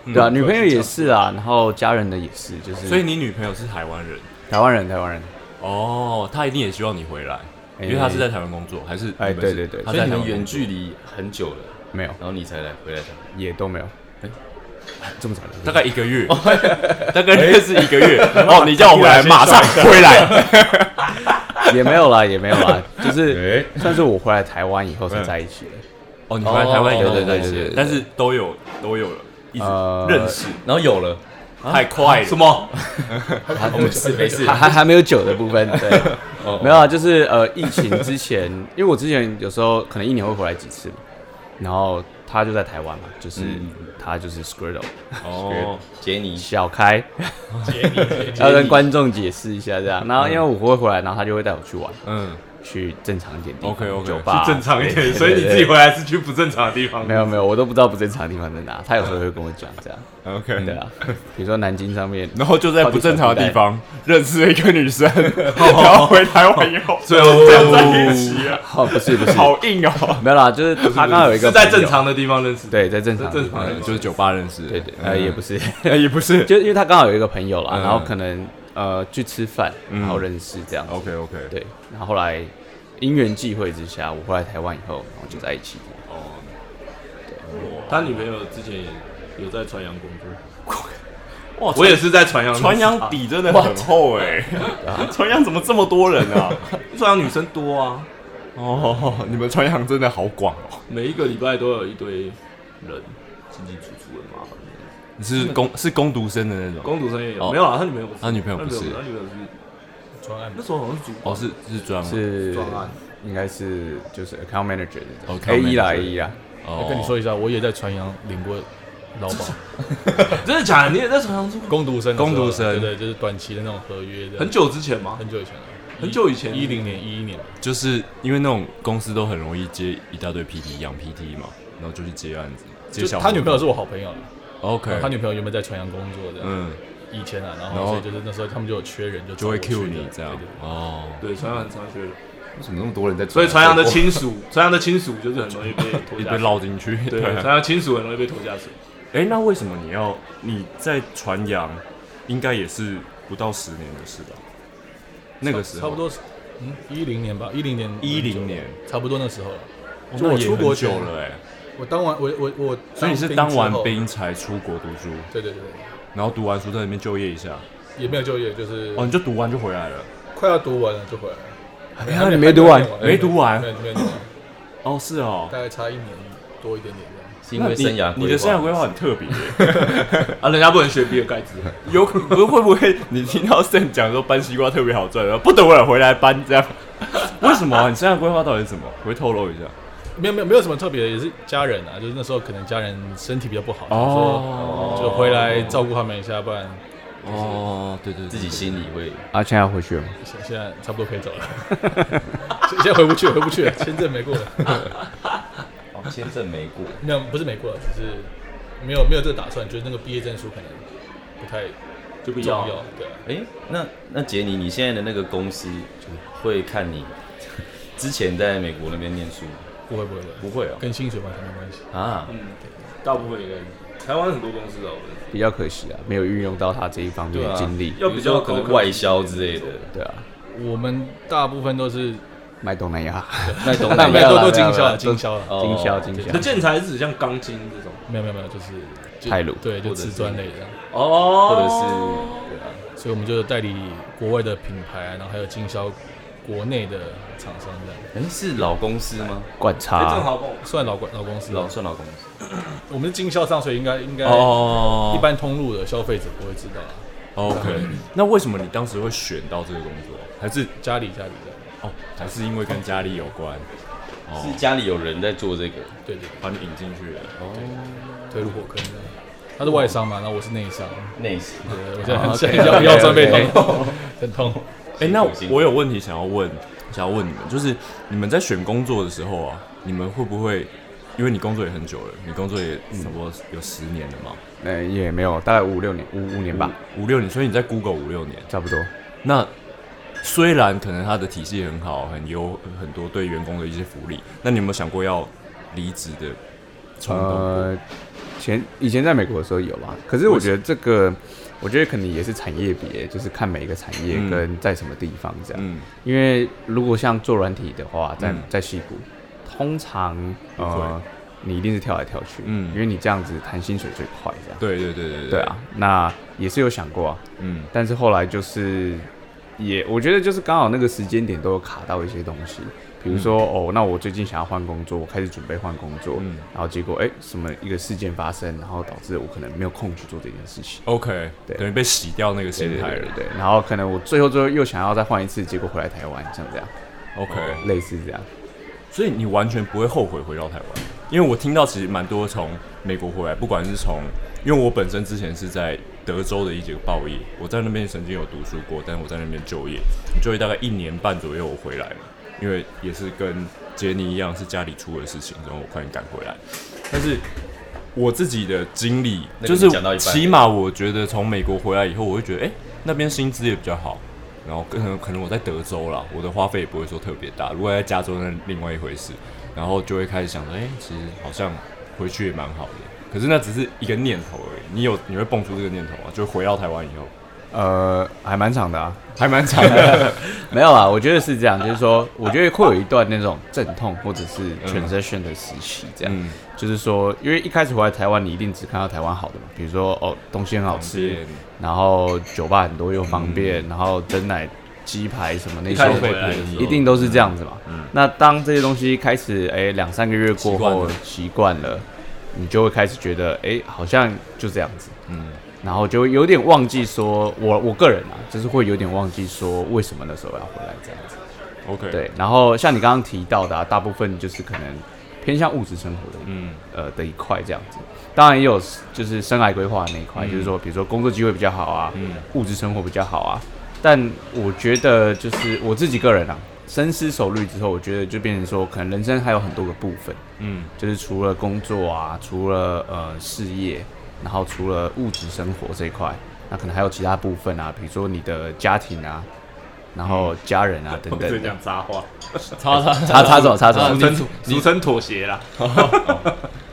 Speaker 5: 边。
Speaker 4: 对啊，女朋友也是啊，然后家人的也是，就是
Speaker 5: 嗯所以你女朋友是台湾人
Speaker 4: 台湾人，台湾人，
Speaker 5: 哦，她一定也希望你回来，因为她是在台湾工作，还是
Speaker 4: 哎
Speaker 5: 你们是
Speaker 4: 对对对
Speaker 5: 她
Speaker 7: 所以
Speaker 5: 在
Speaker 7: 你
Speaker 5: 台湾
Speaker 7: 们
Speaker 5: 工作
Speaker 7: 远距离很久了，
Speaker 4: 没有，
Speaker 7: 然后你才来回来台湾。
Speaker 4: 也都没有，哎，这么早
Speaker 5: 大概一个月，大概认识一个月。哦，你叫我回来，马上回来。
Speaker 4: 就 也没有啦，也没有 啦，就是算是我回来台湾以后才在一起的，
Speaker 5: 哦，你回来台湾以后
Speaker 4: 对对
Speaker 5: 再
Speaker 4: 对对对
Speaker 5: 写
Speaker 4: 对，
Speaker 5: 但是都有都有了，一直
Speaker 4: 呃
Speaker 5: 认识，
Speaker 7: 然后有了，
Speaker 5: 太快啊了。什么？
Speaker 7: 我们是 没事
Speaker 4: 还，还还没有酒的部分，对，
Speaker 5: 哦
Speaker 4: 没有啊，就是呃，疫情之前， 因为我之前有时候可能一年会回来几次嘛，然后他就在台湾嘛，就是、
Speaker 5: 嗯
Speaker 4: 他就是 Squirtle
Speaker 5: 哦，
Speaker 7: 杰尼
Speaker 4: 小开，要跟观众解释一下这样，然后因为我会回来，然后他就会带我去玩，
Speaker 5: 嗯，
Speaker 4: 去正常一点地方
Speaker 5: OK，OK，
Speaker 4: 酒吧
Speaker 2: 正常一点，
Speaker 4: 对
Speaker 2: 所以你
Speaker 4: 对
Speaker 2: 自己回来是去不正常的地方。
Speaker 4: 没有没有，我都不知道不正常的地方在哪，他有时候会跟我讲这样，
Speaker 5: OK
Speaker 4: 对啊， 比如说南京上面，
Speaker 5: 然后就在不正常的地方认识了一个女 生，然后回台湾以 后，
Speaker 2: 最后这样在一起了，
Speaker 4: 哦不是不是，
Speaker 5: 好硬哦。
Speaker 4: 没有啦，就是他刚好有一个
Speaker 2: 是在
Speaker 4: 朋友
Speaker 2: 正，常的地方认识的。
Speaker 4: 对，在正常的地
Speaker 2: 正
Speaker 4: 方
Speaker 2: 常的地方
Speaker 5: 啊就是酒吧认识，嗯
Speaker 4: 对对，呃，也不是，
Speaker 5: 哎也不是，
Speaker 4: 就因为他刚好有一个朋友啦，
Speaker 5: 嗯
Speaker 4: 然后可能呃去吃饭，
Speaker 5: 嗯
Speaker 4: 然后认识这样子。
Speaker 5: OK OK，，
Speaker 4: 对，然后后来因缘际会之下，我回来台湾以后，然后就在一起。
Speaker 2: 他女朋友之前也有在传扬工作，
Speaker 5: 哇，
Speaker 2: 我也是在传扬
Speaker 5: 传扬底真的很厚 哎，传扬怎么这么多人啊？
Speaker 2: 传扬女生多啊，
Speaker 5: 哦，你们传扬真的好广哦。
Speaker 2: 每一个礼拜都有一堆人进进出出很麻烦。
Speaker 5: 你是攻是攻读生的那种，
Speaker 2: 公主生也有，
Speaker 5: 哦
Speaker 2: 没有啊？他女朋友不是，
Speaker 5: 他女朋友不是
Speaker 2: 他女朋友是
Speaker 6: 专案
Speaker 2: 那时候好像是主
Speaker 5: 哦是是专吗？
Speaker 4: 是
Speaker 2: 专案，
Speaker 4: 应该是就是 account manager 的
Speaker 5: 哦 account
Speaker 4: A E 一啦
Speaker 5: manager
Speaker 4: A 一啦，
Speaker 5: 哦，
Speaker 6: 跟你说一下，我也在传扬领过劳 保，
Speaker 2: 真的假的？你也在传扬出
Speaker 6: 工读生的时候啊，
Speaker 5: 工读生
Speaker 6: 对对，就是短期的那种合约的，
Speaker 2: 很久之前吗？
Speaker 6: 很久以前了，
Speaker 2: 很久以前
Speaker 6: 一零年、一一年，
Speaker 5: 就是因为那种公司都很容易接一大堆 PT 养 PT 嘛，然后就去接案子，接
Speaker 6: 就
Speaker 5: 小
Speaker 6: 他女朋友是我好朋友啊，
Speaker 5: OK，
Speaker 6: 他女朋友原本在传扬工作的，
Speaker 5: 嗯
Speaker 6: 以前啊，然
Speaker 5: 然
Speaker 6: 后
Speaker 5: 后
Speaker 6: 所以就是那时候他们就有缺人，就
Speaker 5: 就
Speaker 6: 就
Speaker 5: 会 Q 你这样哦，
Speaker 2: 对，传扬很常学的，
Speaker 1: 为什么那么多人在？
Speaker 2: 所以传扬的亲属，传扬的亲属就是很容易被拖
Speaker 5: 一
Speaker 2: 下
Speaker 5: 被
Speaker 2: 水。
Speaker 5: 捞进去。
Speaker 2: 对，啊传扬亲属很容易被拖下水。
Speaker 5: 哎，那为什么你要你在传扬，应该也是不到十年的事吧？那个时候
Speaker 6: 差不多是，嗯，一零年吧，一零年，
Speaker 5: 10年，
Speaker 6: 差不多那时候了。
Speaker 5: 哦
Speaker 6: 就
Speaker 5: 那
Speaker 6: 我
Speaker 5: 也
Speaker 6: 出国
Speaker 5: 很久
Speaker 6: 前
Speaker 5: 了哎，
Speaker 6: 我当完我我我，
Speaker 5: 所以你是当完
Speaker 6: 之后，
Speaker 5: 兵才出国读书，
Speaker 6: 对对对，
Speaker 5: 然后读完书在那边就业一下，
Speaker 6: 也没有就业，就是
Speaker 5: 哦，你就读完就回来了。
Speaker 6: 快要读完了就回来了。
Speaker 4: 那你没读完
Speaker 6: 还
Speaker 5: 没读完
Speaker 6: 没有没有读完，
Speaker 5: 哦，是哦，
Speaker 6: 大概差一年多一点点这样。
Speaker 7: 是因为生涯规划
Speaker 5: 你的生涯规划很特别耶，欸
Speaker 2: 啊，人家不能学比尔盖茨，
Speaker 5: 有可不会不会你听到 Sam 讲说搬西瓜特别好赚，然后不等我回来搬这样？为什么啊、你生涯规划到底是什么？可不可以透露一下？
Speaker 6: 没有没有没有什么特别的，也是家人啊，就是那时候可能家人身体比较不好，
Speaker 5: 哦
Speaker 6: 哦，就回来照顾他们一下，不然
Speaker 5: 哦，对对
Speaker 7: 自己心里会
Speaker 4: 啊，现在要回去了吗？
Speaker 6: 现现在差不多可以走了， 现现在回不去了，回不去了，签证没过了，
Speaker 7: 哦，签证没 过，
Speaker 6: 没有不是没过了，只是没有没有这个打算，就是那个毕业证书可能不太
Speaker 2: 就不
Speaker 6: 重
Speaker 2: 要。
Speaker 6: 要，对啊，
Speaker 7: 哎、那那杰尼，你现在的那个公司就会看你 之前在美国那边念书吗
Speaker 6: 不会不会不会，
Speaker 7: 不会哦
Speaker 6: 跟薪水完全没关系，
Speaker 7: 啊？
Speaker 2: 嗯，大部分应该是台湾很多公司啊，我认识
Speaker 4: 比较可惜啊，没有运用到他这一方面的精力。
Speaker 2: 要
Speaker 7: 比
Speaker 2: 比
Speaker 7: 如
Speaker 2: 较
Speaker 7: 说
Speaker 2: 高
Speaker 7: 可
Speaker 2: 科
Speaker 7: 能
Speaker 2: 技
Speaker 7: 外销之类的，
Speaker 4: 对啊，
Speaker 6: 我们大部分都是
Speaker 4: 卖东南亚，
Speaker 7: 那懂
Speaker 6: 没有都都经销
Speaker 4: 没有没有
Speaker 6: 了，经销了，
Speaker 7: 哦
Speaker 4: 经销经
Speaker 2: 你
Speaker 4: 销
Speaker 2: 的，建材是指像钢筋这种
Speaker 6: 没有没有没有，就是就
Speaker 4: 泰鲁
Speaker 6: 对，就瓷砖类的。
Speaker 2: 哦
Speaker 7: 或者是
Speaker 6: 所以我们就代理国外的品牌，然后还有经销国内的厂商这样，
Speaker 7: 哎、是老公司吗？
Speaker 4: 灌
Speaker 2: 哎正
Speaker 4: 插，
Speaker 2: 好帮我
Speaker 6: 算老管老公司
Speaker 7: 老
Speaker 6: 了。
Speaker 7: 算老公司
Speaker 6: 我们是经销商，所以应该应该
Speaker 5: 哦
Speaker 6: 一般通路的消费者不会知道啊，
Speaker 5: OK，那为什么你当时会选到这个工作？还是
Speaker 6: 家里家里的，
Speaker 5: 哦，还是因为跟家里有关，
Speaker 7: 是家里有人在做这个，
Speaker 6: 对对
Speaker 5: 把你引进去的？
Speaker 6: 对，推入火坑这样。他是外商嘛，那我是内商，
Speaker 7: 内饰
Speaker 6: 对，我现在很现在腰腰酸背痛，很痛。
Speaker 5: 哎、那
Speaker 7: 辛苦
Speaker 5: 我有问题想要问，想要问你们，就是你们在选工作的时候啊，你们会不会，因为你工作也很久了，你工作也差不多有十年了嘛，
Speaker 4: 呃，也没有，大概五六年，五五年吧，
Speaker 5: 五六年，所以你在 Google 五六年，
Speaker 4: 差不多。
Speaker 5: 那虽然可能他的体系很好，很优很多对员工的一些福利，那你有没有想过要离职的冲动？
Speaker 4: 呃，前以前在美国的时候有
Speaker 5: 嗯
Speaker 4: 吧，可是我觉得这个，我觉得可能也是产业别，就是看每一个产业
Speaker 5: 嗯
Speaker 4: 跟在什么地方这样。
Speaker 5: 嗯，
Speaker 4: 因为如果像做软体的话，在
Speaker 5: 嗯
Speaker 4: 在戏谷，通常呃
Speaker 5: 会，
Speaker 4: 你一定是跳来跳去，
Speaker 5: 嗯
Speaker 4: 因为你这样子谈薪水最快这样。
Speaker 5: 对对对对对
Speaker 4: 对啊，，那也是有想过啊，
Speaker 5: 嗯
Speaker 4: 但是后来就是也，我觉得就是刚好那个时间点都有卡到一些东西，比如说、哦，那我最近想要换工作，我开始准备换工作，
Speaker 5: 嗯
Speaker 4: 然后结果哎、什么一个事件发生，然后导致我可能没有空去做这件事情。
Speaker 5: ，OK，
Speaker 4: 对
Speaker 5: 等于被洗掉那个心态了
Speaker 4: 对，然后可能我最后最后又想要再换一次，结果回来台湾，像这样，
Speaker 5: ，OK，、
Speaker 4: 类似这样。
Speaker 5: 所以你完全不会后悔回到台湾，因为我听到其实蛮多从美国回来，不管是从，因为我本身之前是在德州的一节报业，我在那边曾经有读书过，但是我在那边就业，就业大概一年半左右我回来了，因为也是跟杰尼一样是家里出了事情，然后我快点赶回来，但是。我自己的经历
Speaker 7: 那个
Speaker 5: 就
Speaker 7: 你
Speaker 5: 是
Speaker 7: 讲到，一半
Speaker 5: 起码我觉得从美国回来以后，我会觉得，哎、那边薪资也比较好，然后可能可能我在德州啦，我的花费也不会说特别大。如果在加州那另外一回事，然后就会开始想说，哎、其实好像回去也蛮好的。可是那只是一个念头而已，你有你会蹦出这个念头啊，就回到台湾以后，
Speaker 4: 呃，还蛮长的啊。
Speaker 5: 还蛮长的。
Speaker 4: 没有啊，我觉得是这样，就是说，我觉得会有一段那种阵痛或者是 transition 的时期，这样，
Speaker 5: 嗯，
Speaker 4: 就是说，因为一开始回来台湾，你一定只看到台湾好的嘛，比如说哦，东西很好吃，
Speaker 5: 方便
Speaker 4: 然后酒吧很多又方便，然后蒸奶、鸡排什么那
Speaker 6: 嗯一
Speaker 4: 些
Speaker 6: 开始
Speaker 4: 会
Speaker 6: 回来的时候嗯
Speaker 4: 一定都是这样子嘛。那当这些东西开始哎两、三个月过后习惯了，你就会开始觉得哎、好像就这样子，
Speaker 5: 嗯，
Speaker 4: 然后就会有点忘记说，我我个人啊，就是会有点忘记说为什么那时候要回来这样子。
Speaker 5: OK，，
Speaker 4: 对，然后像你刚刚提到的、啊，大部分就是可能偏向物质生活的一
Speaker 5: 嗯，
Speaker 4: 呃的一块这样子。当然也有就是生涯规划那一块，
Speaker 5: 嗯
Speaker 4: 就是说比如说工作机会比较好啊，
Speaker 5: 嗯
Speaker 4: 物质生活比较好啊。但我觉得就是我自己个人啊，深思熟虑之后，我觉得就变成说，可能人生还有很多个部分，
Speaker 5: 嗯，
Speaker 4: 就是除了工作啊，除了呃事业，然后除了物质生活这一块，那可能还有其他部分啊，比如说你的家庭啊，然
Speaker 5: 嗯
Speaker 4: 后家人啊等
Speaker 2: 不
Speaker 4: 等
Speaker 2: 能
Speaker 4: 的
Speaker 2: 讲。杂话，
Speaker 5: 差差
Speaker 4: 擦擦手，擦手，
Speaker 2: 俗称俗称妥协啦。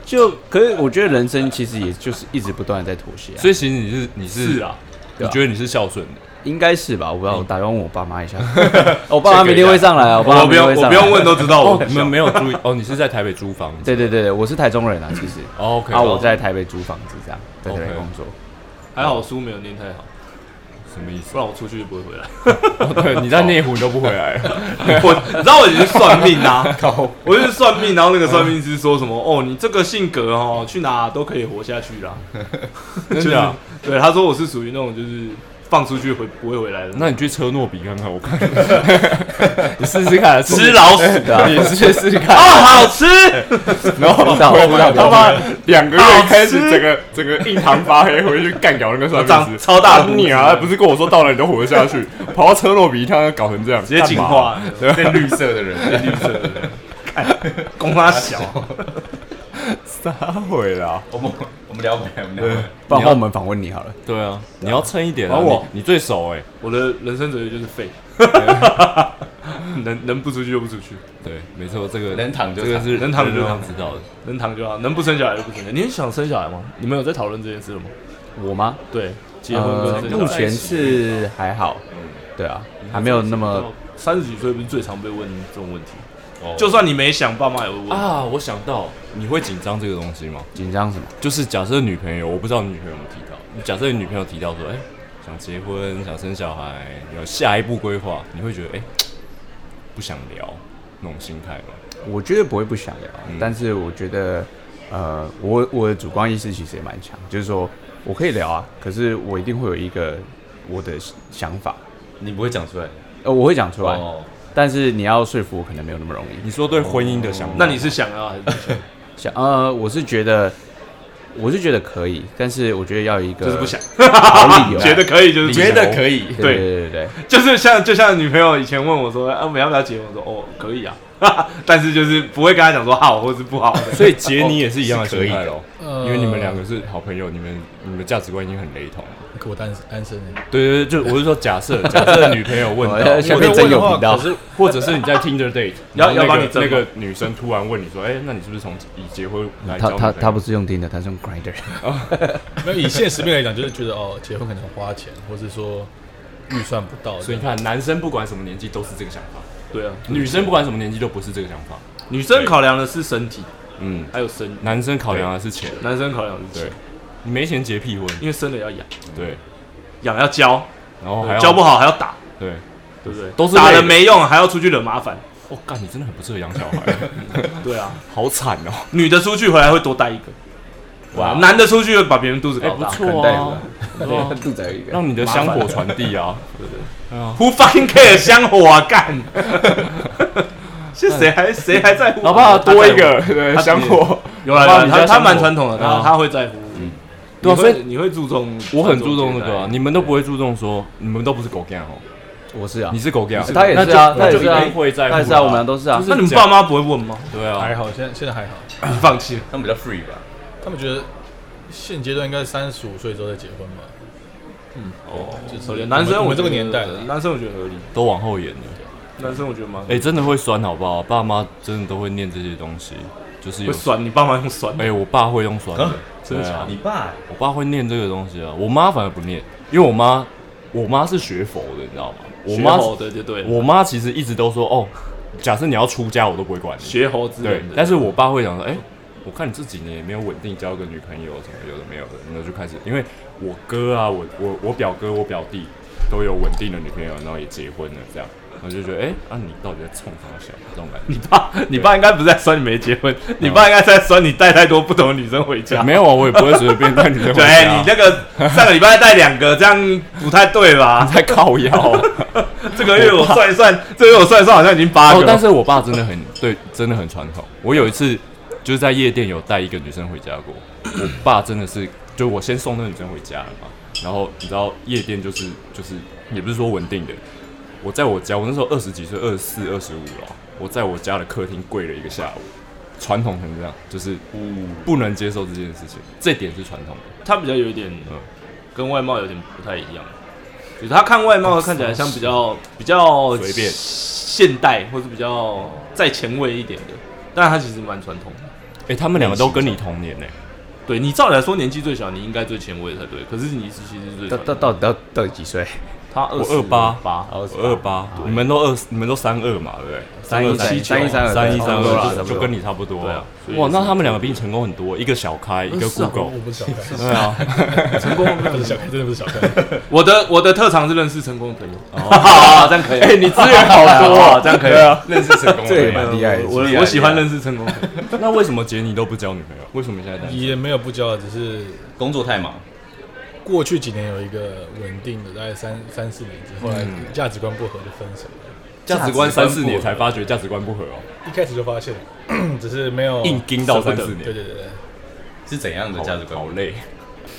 Speaker 4: 就可是我觉得人生其实也就是一直不断的在妥协、啊，
Speaker 5: 所以其实你是你是
Speaker 2: 是，啊，
Speaker 5: 你觉得你是孝顺的，
Speaker 4: 应该是吧？我不知道，我打电话问我爸 妈一下，哦我爸妈明天会上来啊，我爸妈
Speaker 2: 我不
Speaker 4: 明天会
Speaker 2: 用
Speaker 4: 上
Speaker 2: 我
Speaker 4: 来。
Speaker 2: 不用问都知道我
Speaker 5: 哦，你们没有注意哦，你是在台北租房子
Speaker 4: 对对对对，我是台中人啊，其实，
Speaker 5: 哦，OK，
Speaker 4: 啊，我在台北租房子这样，在台北
Speaker 5: OK
Speaker 4: 工作。
Speaker 2: 还好书没有念太好，
Speaker 5: 什么意思
Speaker 2: 不？然我出去就不会回来。
Speaker 5: 哦 对，你在内湖你都不回来了，
Speaker 2: 我你知道我已经算命啦、我就是算命，然后那个算命师说什么哦，你这个性格哦，去哪都可以活下去啦。
Speaker 5: 真
Speaker 2: 就是
Speaker 5: 的啊？
Speaker 2: 对，他说我是属于那种就是放出去回不会回来的。
Speaker 5: 那你去车诺比看看，我 看，你试试看，
Speaker 2: 吃老鼠
Speaker 4: 对啊
Speaker 5: 你去试试看，
Speaker 2: 哦，好吃，
Speaker 5: 然后
Speaker 4: 知道
Speaker 5: 我
Speaker 4: 知道
Speaker 5: 们他妈两个月
Speaker 2: 好吃
Speaker 5: 开始，整个整个印堂发黑，回去干掉那个算命
Speaker 2: 长
Speaker 5: 师。
Speaker 2: 超大
Speaker 5: 大
Speaker 2: 的
Speaker 5: 你啊，不是跟我说到了你都活得下去，跑到车诺比一趟搞成这样，
Speaker 2: 直接进化，
Speaker 7: 变绿色的人，
Speaker 2: 绿色的，公妈小，
Speaker 5: 撒毁了啊。
Speaker 7: 我们我们聊回来，我们聊回来。
Speaker 4: 不然换我们访问你好了，
Speaker 5: 对啊，你要撑一点啊，
Speaker 2: 然后我
Speaker 5: 你你最熟哎，
Speaker 2: 我的人生哲学就是废， 能能不出去就不出去，
Speaker 5: 对，没错，这个
Speaker 7: 能躺就
Speaker 5: 这个
Speaker 7: 躺
Speaker 5: 是
Speaker 2: 能躺就
Speaker 5: 人人
Speaker 2: 躺
Speaker 5: 都知道的。
Speaker 2: 能躺就好，能不生小孩就不生小孩。你很想生小孩吗？你们有在讨论这件事吗？
Speaker 4: 我吗？
Speaker 2: 对，结婚
Speaker 4: 呃，
Speaker 2: 跟生小
Speaker 4: 目
Speaker 2: 孩。嗯
Speaker 4: 前是还好，对啊，还没有那
Speaker 5: 哦
Speaker 4: 么
Speaker 2: 呃三十几岁不是最常被问这种问题？就算你没想，爸妈也会问。
Speaker 5: 啊，我想到你会紧张这个东西吗？
Speaker 4: 紧张什么。
Speaker 5: 就是假设女朋友，我不知道你女朋友有没有提到，你假设你女朋友提到说，哎、想结婚，想生小孩，有下一步规划，你会觉得哎、不想聊那种心态吗？
Speaker 4: 我觉得不会不想聊，
Speaker 5: 嗯
Speaker 4: 但是我觉得，呃，我我的主观意识其实也蛮强，就是说我可以聊啊，可是我一定会有一个我的想法，
Speaker 7: 你不会讲出来，
Speaker 4: 呃，我会讲出来，
Speaker 7: 哦，
Speaker 4: 但是你要说服我可能没有那么容易。
Speaker 5: 你说对婚姻的想法，
Speaker 2: 那你是想要还是不
Speaker 4: 想
Speaker 2: 想？
Speaker 4: 呃，我是觉得，我是觉得可以，但是我觉得要有一个
Speaker 2: 就是不想，
Speaker 4: 好理由， 啊
Speaker 2: 觉得可以就是不想
Speaker 7: 觉得可以，
Speaker 4: 对对对对对，
Speaker 2: 就是像就像女朋友以前问我说，啊，我们要不要结婚？我说哦，可以啊， 但是就是不会跟她讲说好或是不好 的。
Speaker 5: 所以杰尼也是一样的心态咯，
Speaker 4: 哦
Speaker 6: 呃
Speaker 5: 因为你们两个是好朋友，你们你们的价值观已经很雷同了。
Speaker 6: 可我单身单身欸
Speaker 5: 对对对，就我是说假设假设女朋友问
Speaker 4: 我要
Speaker 5: 到，
Speaker 4: 下
Speaker 5: 或
Speaker 4: 面
Speaker 5: 者
Speaker 4: 真有
Speaker 5: 或者
Speaker 4: 频道
Speaker 5: 或者是或者是你在 Tinder date，
Speaker 2: 要
Speaker 5: 然后那
Speaker 2: 要帮
Speaker 5: 个
Speaker 2: 你争
Speaker 5: 那
Speaker 2: 吗
Speaker 5: 个女生突然问你说，哎、那你是不是从以结婚来交
Speaker 4: 他他
Speaker 5: 女朋友
Speaker 4: 他不是用听的，他是用 Grinder，
Speaker 6: 没有以现实面来讲，就是觉得哦，结婚可能花钱，或是说预算不到，
Speaker 5: 所以你看，男生不管什么年纪都是这个想法，
Speaker 2: 对啊，
Speaker 5: 女生不管什么年纪都不是这个想法。
Speaker 2: 女生考量的是身体，
Speaker 5: 嗯，
Speaker 2: 还有生育；
Speaker 5: 男生考量的是钱，
Speaker 2: 男生考量的是
Speaker 5: 对
Speaker 2: 钱，，
Speaker 5: 你没钱结屁婚，
Speaker 2: 因为生了要养，
Speaker 5: 对，
Speaker 2: 养要教，
Speaker 5: 然后还要
Speaker 2: 教不，好还要打，
Speaker 5: 对，
Speaker 2: 对不对？
Speaker 5: 都是
Speaker 2: 打
Speaker 5: 累
Speaker 2: 了
Speaker 5: 的
Speaker 2: 没用，还要出去惹麻烦。
Speaker 5: 哦，干，你真的很不适合养小 孩，
Speaker 2: 对啊，
Speaker 5: 好惨哦。
Speaker 2: 女的出去回来会多带一个，哇，男的出去会把别人肚子
Speaker 5: 哎，
Speaker 2: 搞
Speaker 5: 不
Speaker 2: 大。
Speaker 5: 错啊，对啊
Speaker 4: 肚子有一个
Speaker 5: 让你的香火传递啊，
Speaker 2: Who fucking care 香火啊？ 干！是谁还谁还在乎？
Speaker 5: 好不好？多一
Speaker 2: 他在乎。
Speaker 5: 个对
Speaker 2: 他
Speaker 5: 香火，
Speaker 2: 有啦
Speaker 5: 好不好
Speaker 2: 有啦
Speaker 5: 你
Speaker 2: 他
Speaker 5: 家
Speaker 2: 他
Speaker 5: 香火
Speaker 2: 蛮传统的，
Speaker 5: 对
Speaker 2: 他
Speaker 5: 啊
Speaker 2: 他会在乎。
Speaker 5: 对啊
Speaker 2: 你会
Speaker 5: 所以
Speaker 2: 你会注重，
Speaker 5: 我很注重这个啊，
Speaker 2: 这种
Speaker 5: 你们都不会注重说，你们都不是狗 g 哦，
Speaker 4: 我是啊
Speaker 5: 你，是狗 g
Speaker 4: 他也是啊，他
Speaker 5: 那
Speaker 4: 也
Speaker 5: 就是
Speaker 4: 啊
Speaker 5: 一定会在，乎
Speaker 4: 他也是啊，
Speaker 5: 啦
Speaker 4: 我们俩都是啊
Speaker 5: 就
Speaker 2: 节目啊那
Speaker 5: 是
Speaker 2: 你们
Speaker 5: 这样
Speaker 2: 爸妈不会问 吗？
Speaker 5: 对啊，
Speaker 6: 还好，现在现在还好。
Speaker 2: 你放弃了，
Speaker 7: 他们比较 free 吧？
Speaker 6: 他们觉得现阶段应该三十五岁之后再结婚吧？嗯，哦，就是
Speaker 2: 男生
Speaker 6: 我们这
Speaker 2: 觉得嗯
Speaker 6: 个年代的，
Speaker 2: 男生我觉得合理，
Speaker 5: 都往后延了。
Speaker 2: 男生我觉得蛮
Speaker 5: 哎、真的会酸好不好？爸妈真的都会念这些东西，就是
Speaker 2: 会。
Speaker 5: 有
Speaker 2: 酸，你爸妈用酸
Speaker 5: 哎、，我爸会用酸的，
Speaker 7: 啊
Speaker 5: 对啊，
Speaker 7: 你爸
Speaker 5: 我爸会念这个东西啊，我妈反而不念，因为我妈我妈是学佛的，你知道吗？我
Speaker 2: 学
Speaker 5: 妈
Speaker 2: 猴的就对了，
Speaker 5: 我妈其实一直都说，哦，假设你要出家，我都不会管你。
Speaker 2: 学猴之
Speaker 5: 对
Speaker 2: 人的，，
Speaker 5: 但是我爸会想说，哎、我看你这几年也没有稳定交个女朋友什么有的没有的，然后就开始，因为我哥啊，我我我表哥、我表弟都有稳定的女朋友，然后也结婚了，这样，然后就觉得，哎、啊，你到底在冲啥小这种感觉？
Speaker 2: 你爸， 你爸应该不是在酸你没结婚，你爸应该在酸你带太多不同的女生回家。
Speaker 5: 没有啊，我也不会随便带女生 回
Speaker 2: 对
Speaker 5: 家
Speaker 2: 你
Speaker 5: 啊。
Speaker 2: 那个上个礼拜带两个，这样不太对 吧？
Speaker 5: 在靠腰、啊
Speaker 2: 这个月我算一算，这个月我算一算好像已经八
Speaker 5: 哦
Speaker 2: 个，，
Speaker 5: 但是我爸真的很对，真的很传统。我有一次就是在夜店有带一个女生回家过，我爸真的是，就我先送那个女生回家了嘛，然后你知道夜店就是就是也不是说稳定的，我在我家，我那时候二十几岁，二十四、二十五了，我在我家的客厅跪了一个下午，传统成这样，就是不能接受这件事情，这点是传统的。
Speaker 2: 他比较有一点呃
Speaker 5: 嗯
Speaker 2: 跟外貌有点不太一样，就是他看外貌看起来像比较比较
Speaker 5: 随便
Speaker 2: 现代或者比较再前卫一点的，但他其实蛮传统的。
Speaker 5: 哎、他们两个都跟你同年呢、
Speaker 2: 对你照理来说年纪最小，你应该最前卫才对，可是你其实是最
Speaker 4: 到
Speaker 2: 传
Speaker 4: 到到
Speaker 2: 统
Speaker 4: 底到到底几岁？
Speaker 2: 他二
Speaker 5: 我二八
Speaker 2: 八
Speaker 4: 好
Speaker 5: 我二八，你们都二，你们都啊三二嘛，对不对？
Speaker 4: 三一
Speaker 5: 二
Speaker 4: 三一
Speaker 5: 七九
Speaker 4: 三一三二
Speaker 5: 三一
Speaker 4: 对
Speaker 5: 三
Speaker 4: 差不多啦
Speaker 5: 二
Speaker 4: 差
Speaker 5: 就，
Speaker 4: 不多
Speaker 5: 就跟你差不多
Speaker 2: 对啊所以
Speaker 5: 哇，
Speaker 2: 是
Speaker 5: 那他们两个比你成功很多，一个小开，一 个
Speaker 2: 是啊
Speaker 5: Google
Speaker 6: 我。不想看，
Speaker 5: 对啊，
Speaker 6: 成功不是小看，真的不是小看。
Speaker 2: 我的我的特长是认识成功的朋友，哦，这样可以。 哎，你资源好多啊，这样可以。
Speaker 7: 认识成功
Speaker 4: 这也
Speaker 7: 了。
Speaker 4: 蛮厉害的。
Speaker 2: 我 我喜欢认识成功的朋友，
Speaker 5: 那为什么杰尼都不交女朋友？为什么现在单身？
Speaker 6: 也没有不交，只是
Speaker 7: 工作太忙，
Speaker 6: 过去几年有一个稳定的，大概三三四年之后，后来
Speaker 2: 嗯
Speaker 6: 价值观不合就分手了。
Speaker 5: 价值观三啊四年才发觉价值观不合哦，
Speaker 6: 一开始就发现， 只是没有
Speaker 5: 硬盯到
Speaker 6: 舍不
Speaker 5: 三
Speaker 6: 得
Speaker 5: 四年
Speaker 6: 对，对对对，
Speaker 7: 是怎样的
Speaker 5: 好
Speaker 7: 价值观？
Speaker 5: 好累。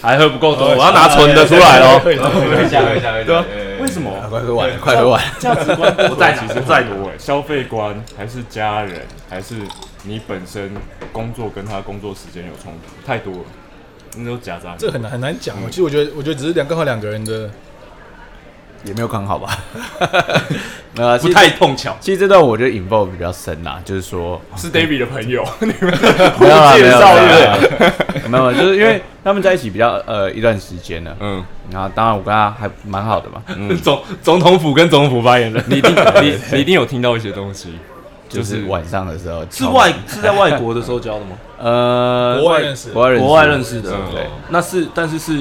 Speaker 2: 还喝不够多，我要拿存的出来哦
Speaker 6: 了。
Speaker 2: 喽。
Speaker 7: 喝一下，喝一下，喝一下。
Speaker 5: 为什么
Speaker 4: 快喝完了，快喝完了。
Speaker 5: 价值观不
Speaker 2: 我在
Speaker 5: 合
Speaker 2: 哪
Speaker 5: 其实在多哎？消费观还是家人，还是你本身工作跟他工作时间有冲突，太多了，那都夹杂。
Speaker 6: 这很难很难讲哦。其实我觉得，我觉得只是两刚好两个人的，
Speaker 4: 也没有刚好 吧，没有啊，其
Speaker 2: 不
Speaker 4: 实
Speaker 2: 太碰巧，
Speaker 4: 其实这段我觉得引爆比较深啦，就是说
Speaker 5: 是 David 的朋友，
Speaker 4: 没有啦，没
Speaker 5: 介
Speaker 4: 有
Speaker 5: 绍
Speaker 4: 啦，没有啦， 就是因为他们在一起比较呃一段时间了，
Speaker 5: 嗯，
Speaker 4: 然后当然我跟他还蛮好的嘛，
Speaker 2: 总总统府跟总统府发言人
Speaker 5: 你一定你 你一定有听到一些东西，
Speaker 4: 就
Speaker 5: 就是
Speaker 4: 是晚上的时候
Speaker 2: 是外是在外国的时候交的 吗？
Speaker 4: 呃
Speaker 6: 国外认识
Speaker 4: 国外认识
Speaker 2: 国外认识的
Speaker 5: 嗯，
Speaker 4: 对，
Speaker 2: 那是但是是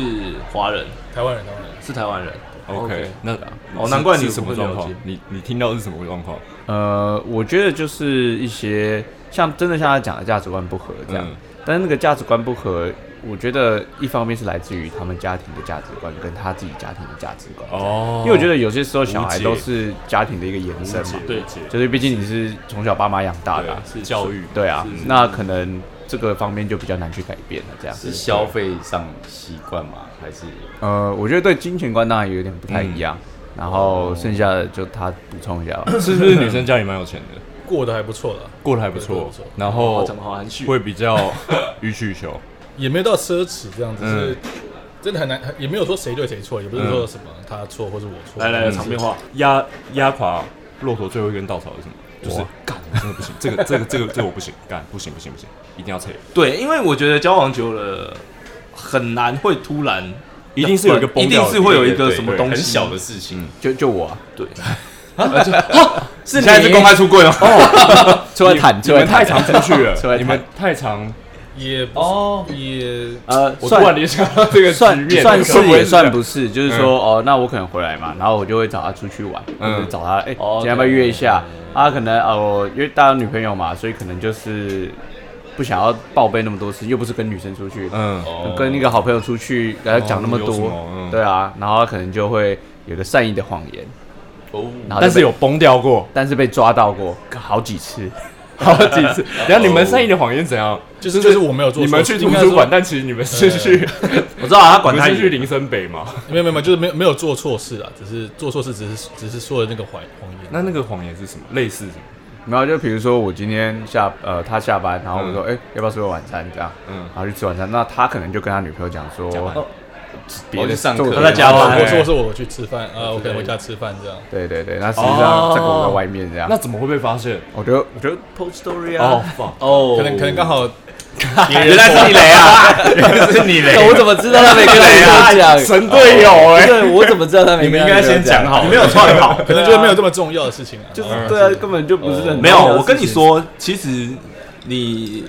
Speaker 2: 华人，
Speaker 6: 台湾人台湾人，
Speaker 2: 是台湾人。
Speaker 5: OK，那
Speaker 2: 哦难怪你
Speaker 5: 是什么
Speaker 2: 不会
Speaker 5: 状
Speaker 2: 了
Speaker 5: 况
Speaker 2: 解？
Speaker 5: 你你听到是什么状况？
Speaker 4: 呃，我觉得就是一些像真的像他讲的价值观不合这样，
Speaker 5: 嗯
Speaker 4: 但是那个价值观不合，我觉得一方面是来自于他们家庭的价值观跟他自己家庭的价值观，
Speaker 5: 哦
Speaker 4: 因为我觉得有些时候小孩
Speaker 5: 理解
Speaker 4: 都是家庭的一个延伸嘛，
Speaker 2: 对
Speaker 4: 就是毕竟你是从小爸妈养大的啊、
Speaker 5: 是教育
Speaker 4: 对啊，那可能这个方面就比较难去改变了。这样，
Speaker 7: 是消费上习惯吗？还是
Speaker 4: 呃，我觉得对金钱观当然有点不太一样，
Speaker 5: 嗯
Speaker 4: 然后剩下的就他补充一下吧。
Speaker 5: 是不是女生家里蛮有钱的，
Speaker 6: 过得还不错了，
Speaker 5: 过得还不
Speaker 6: 对过得
Speaker 5: 错
Speaker 6: 不错，
Speaker 5: 然后
Speaker 2: 哇讲得好含蓄
Speaker 5: 会比较予取予求，
Speaker 6: 也没有到奢侈这样子，
Speaker 5: 嗯
Speaker 6: 是真的很难，也没有说谁对谁错，也不是说什么他错或是我错。
Speaker 2: 来来来，
Speaker 6: 嗯
Speaker 2: 场面话，
Speaker 5: 压压垮骆驼最后一根稻草是什么？就是干，我真的不行，这个这个这个这个我不行，干不行不行不行，一定要撤，
Speaker 2: 对，因为我觉得交往久了很难会突然，
Speaker 5: 一定是有一个崩
Speaker 2: 一
Speaker 5: 掉
Speaker 2: 定
Speaker 5: 的
Speaker 2: 是会有一
Speaker 5: 点
Speaker 2: 个什么东西
Speaker 7: 很小的事情？
Speaker 4: 就就我、啊、
Speaker 2: 对，
Speaker 4: 是
Speaker 2: 现在是公开出柜 哦，
Speaker 4: 出来谈，出
Speaker 5: 你
Speaker 4: 来
Speaker 5: 们太
Speaker 4: 谈
Speaker 5: 常出去
Speaker 4: 出来谈
Speaker 5: 了，你们太常，
Speaker 6: 也
Speaker 7: 哦
Speaker 6: 哦也
Speaker 4: 呃，
Speaker 5: 我突 然联想到这个局
Speaker 4: 算
Speaker 5: 面，
Speaker 4: 算
Speaker 5: 会
Speaker 4: 是
Speaker 5: 不会
Speaker 4: 也算
Speaker 5: 这样
Speaker 4: 不是，就是说哦，那我可能回来嘛，然后我就会找他出去玩，
Speaker 5: 嗯
Speaker 4: 或者找他哎，
Speaker 2: 哦
Speaker 4: 今天要不要约一下？啊，可能哦，因为大家有女朋友嘛，所以可能就是不想要报备那么多事，又不是跟女生出去，
Speaker 5: 嗯。
Speaker 4: 跟一个好朋友出去，然后讲那么
Speaker 5: 有什
Speaker 4: 多
Speaker 5: 么，嗯
Speaker 4: 对啊，然后他可能就会有个善意的谎言，
Speaker 7: 哦，
Speaker 4: 然后就
Speaker 5: 但是
Speaker 4: 被
Speaker 5: 有崩掉过，
Speaker 4: 但是被抓到过好几次，
Speaker 5: 好几次。然后你
Speaker 2: 哦
Speaker 5: 们善意的谎言怎样？
Speaker 6: 就是就是我没有做错，
Speaker 5: 你们去图
Speaker 6: 应该
Speaker 5: 书
Speaker 6: 说
Speaker 5: 馆，但其实你们是 去，
Speaker 2: 我知道啊他管
Speaker 5: 不
Speaker 2: 他
Speaker 5: 是去
Speaker 2: 严，
Speaker 5: 林森北嘛？
Speaker 6: 没有没有没有，就是没有没有做错事啊，只是做错事只是只是说的那个谎谎言。
Speaker 5: 那那个谎言是什么？类似什么？
Speaker 4: 然啊后就比如说我今天下呃他下班，然后我说哎、要不要吃个晚餐这样，
Speaker 5: 嗯
Speaker 4: 然后去吃晚餐，那他可能就跟他女朋友讲说
Speaker 5: 加班
Speaker 4: 哦别
Speaker 7: 我
Speaker 4: 的
Speaker 7: 去上
Speaker 4: 做
Speaker 7: 课
Speaker 4: 别
Speaker 2: 他在
Speaker 4: 的
Speaker 2: 加
Speaker 6: 我
Speaker 2: 班
Speaker 6: 啊说我说我去吃饭啊，我可能回家吃饭这样。
Speaker 4: 对对对，那实际上
Speaker 5: 哦
Speaker 4: 在狗在外面这样
Speaker 5: 那，怎么会被发现？
Speaker 4: 我觉得我觉得 post story 啊，
Speaker 5: 哦，fuck，
Speaker 6: 可能可能刚好
Speaker 2: 原来是你雷啊！
Speaker 7: 是你嘞
Speaker 4: 我怎么知道他没跟我讲？
Speaker 2: 神队友哎，
Speaker 4: 对，我怎么知道他没？
Speaker 7: 你们应该先讲。好，
Speaker 2: 你没有串好，
Speaker 6: 可能就是没有这么重要的事情啊。
Speaker 4: 就
Speaker 6: 就是
Speaker 4: 对啊，根本就不是很
Speaker 2: 没有。我跟你，说，其实你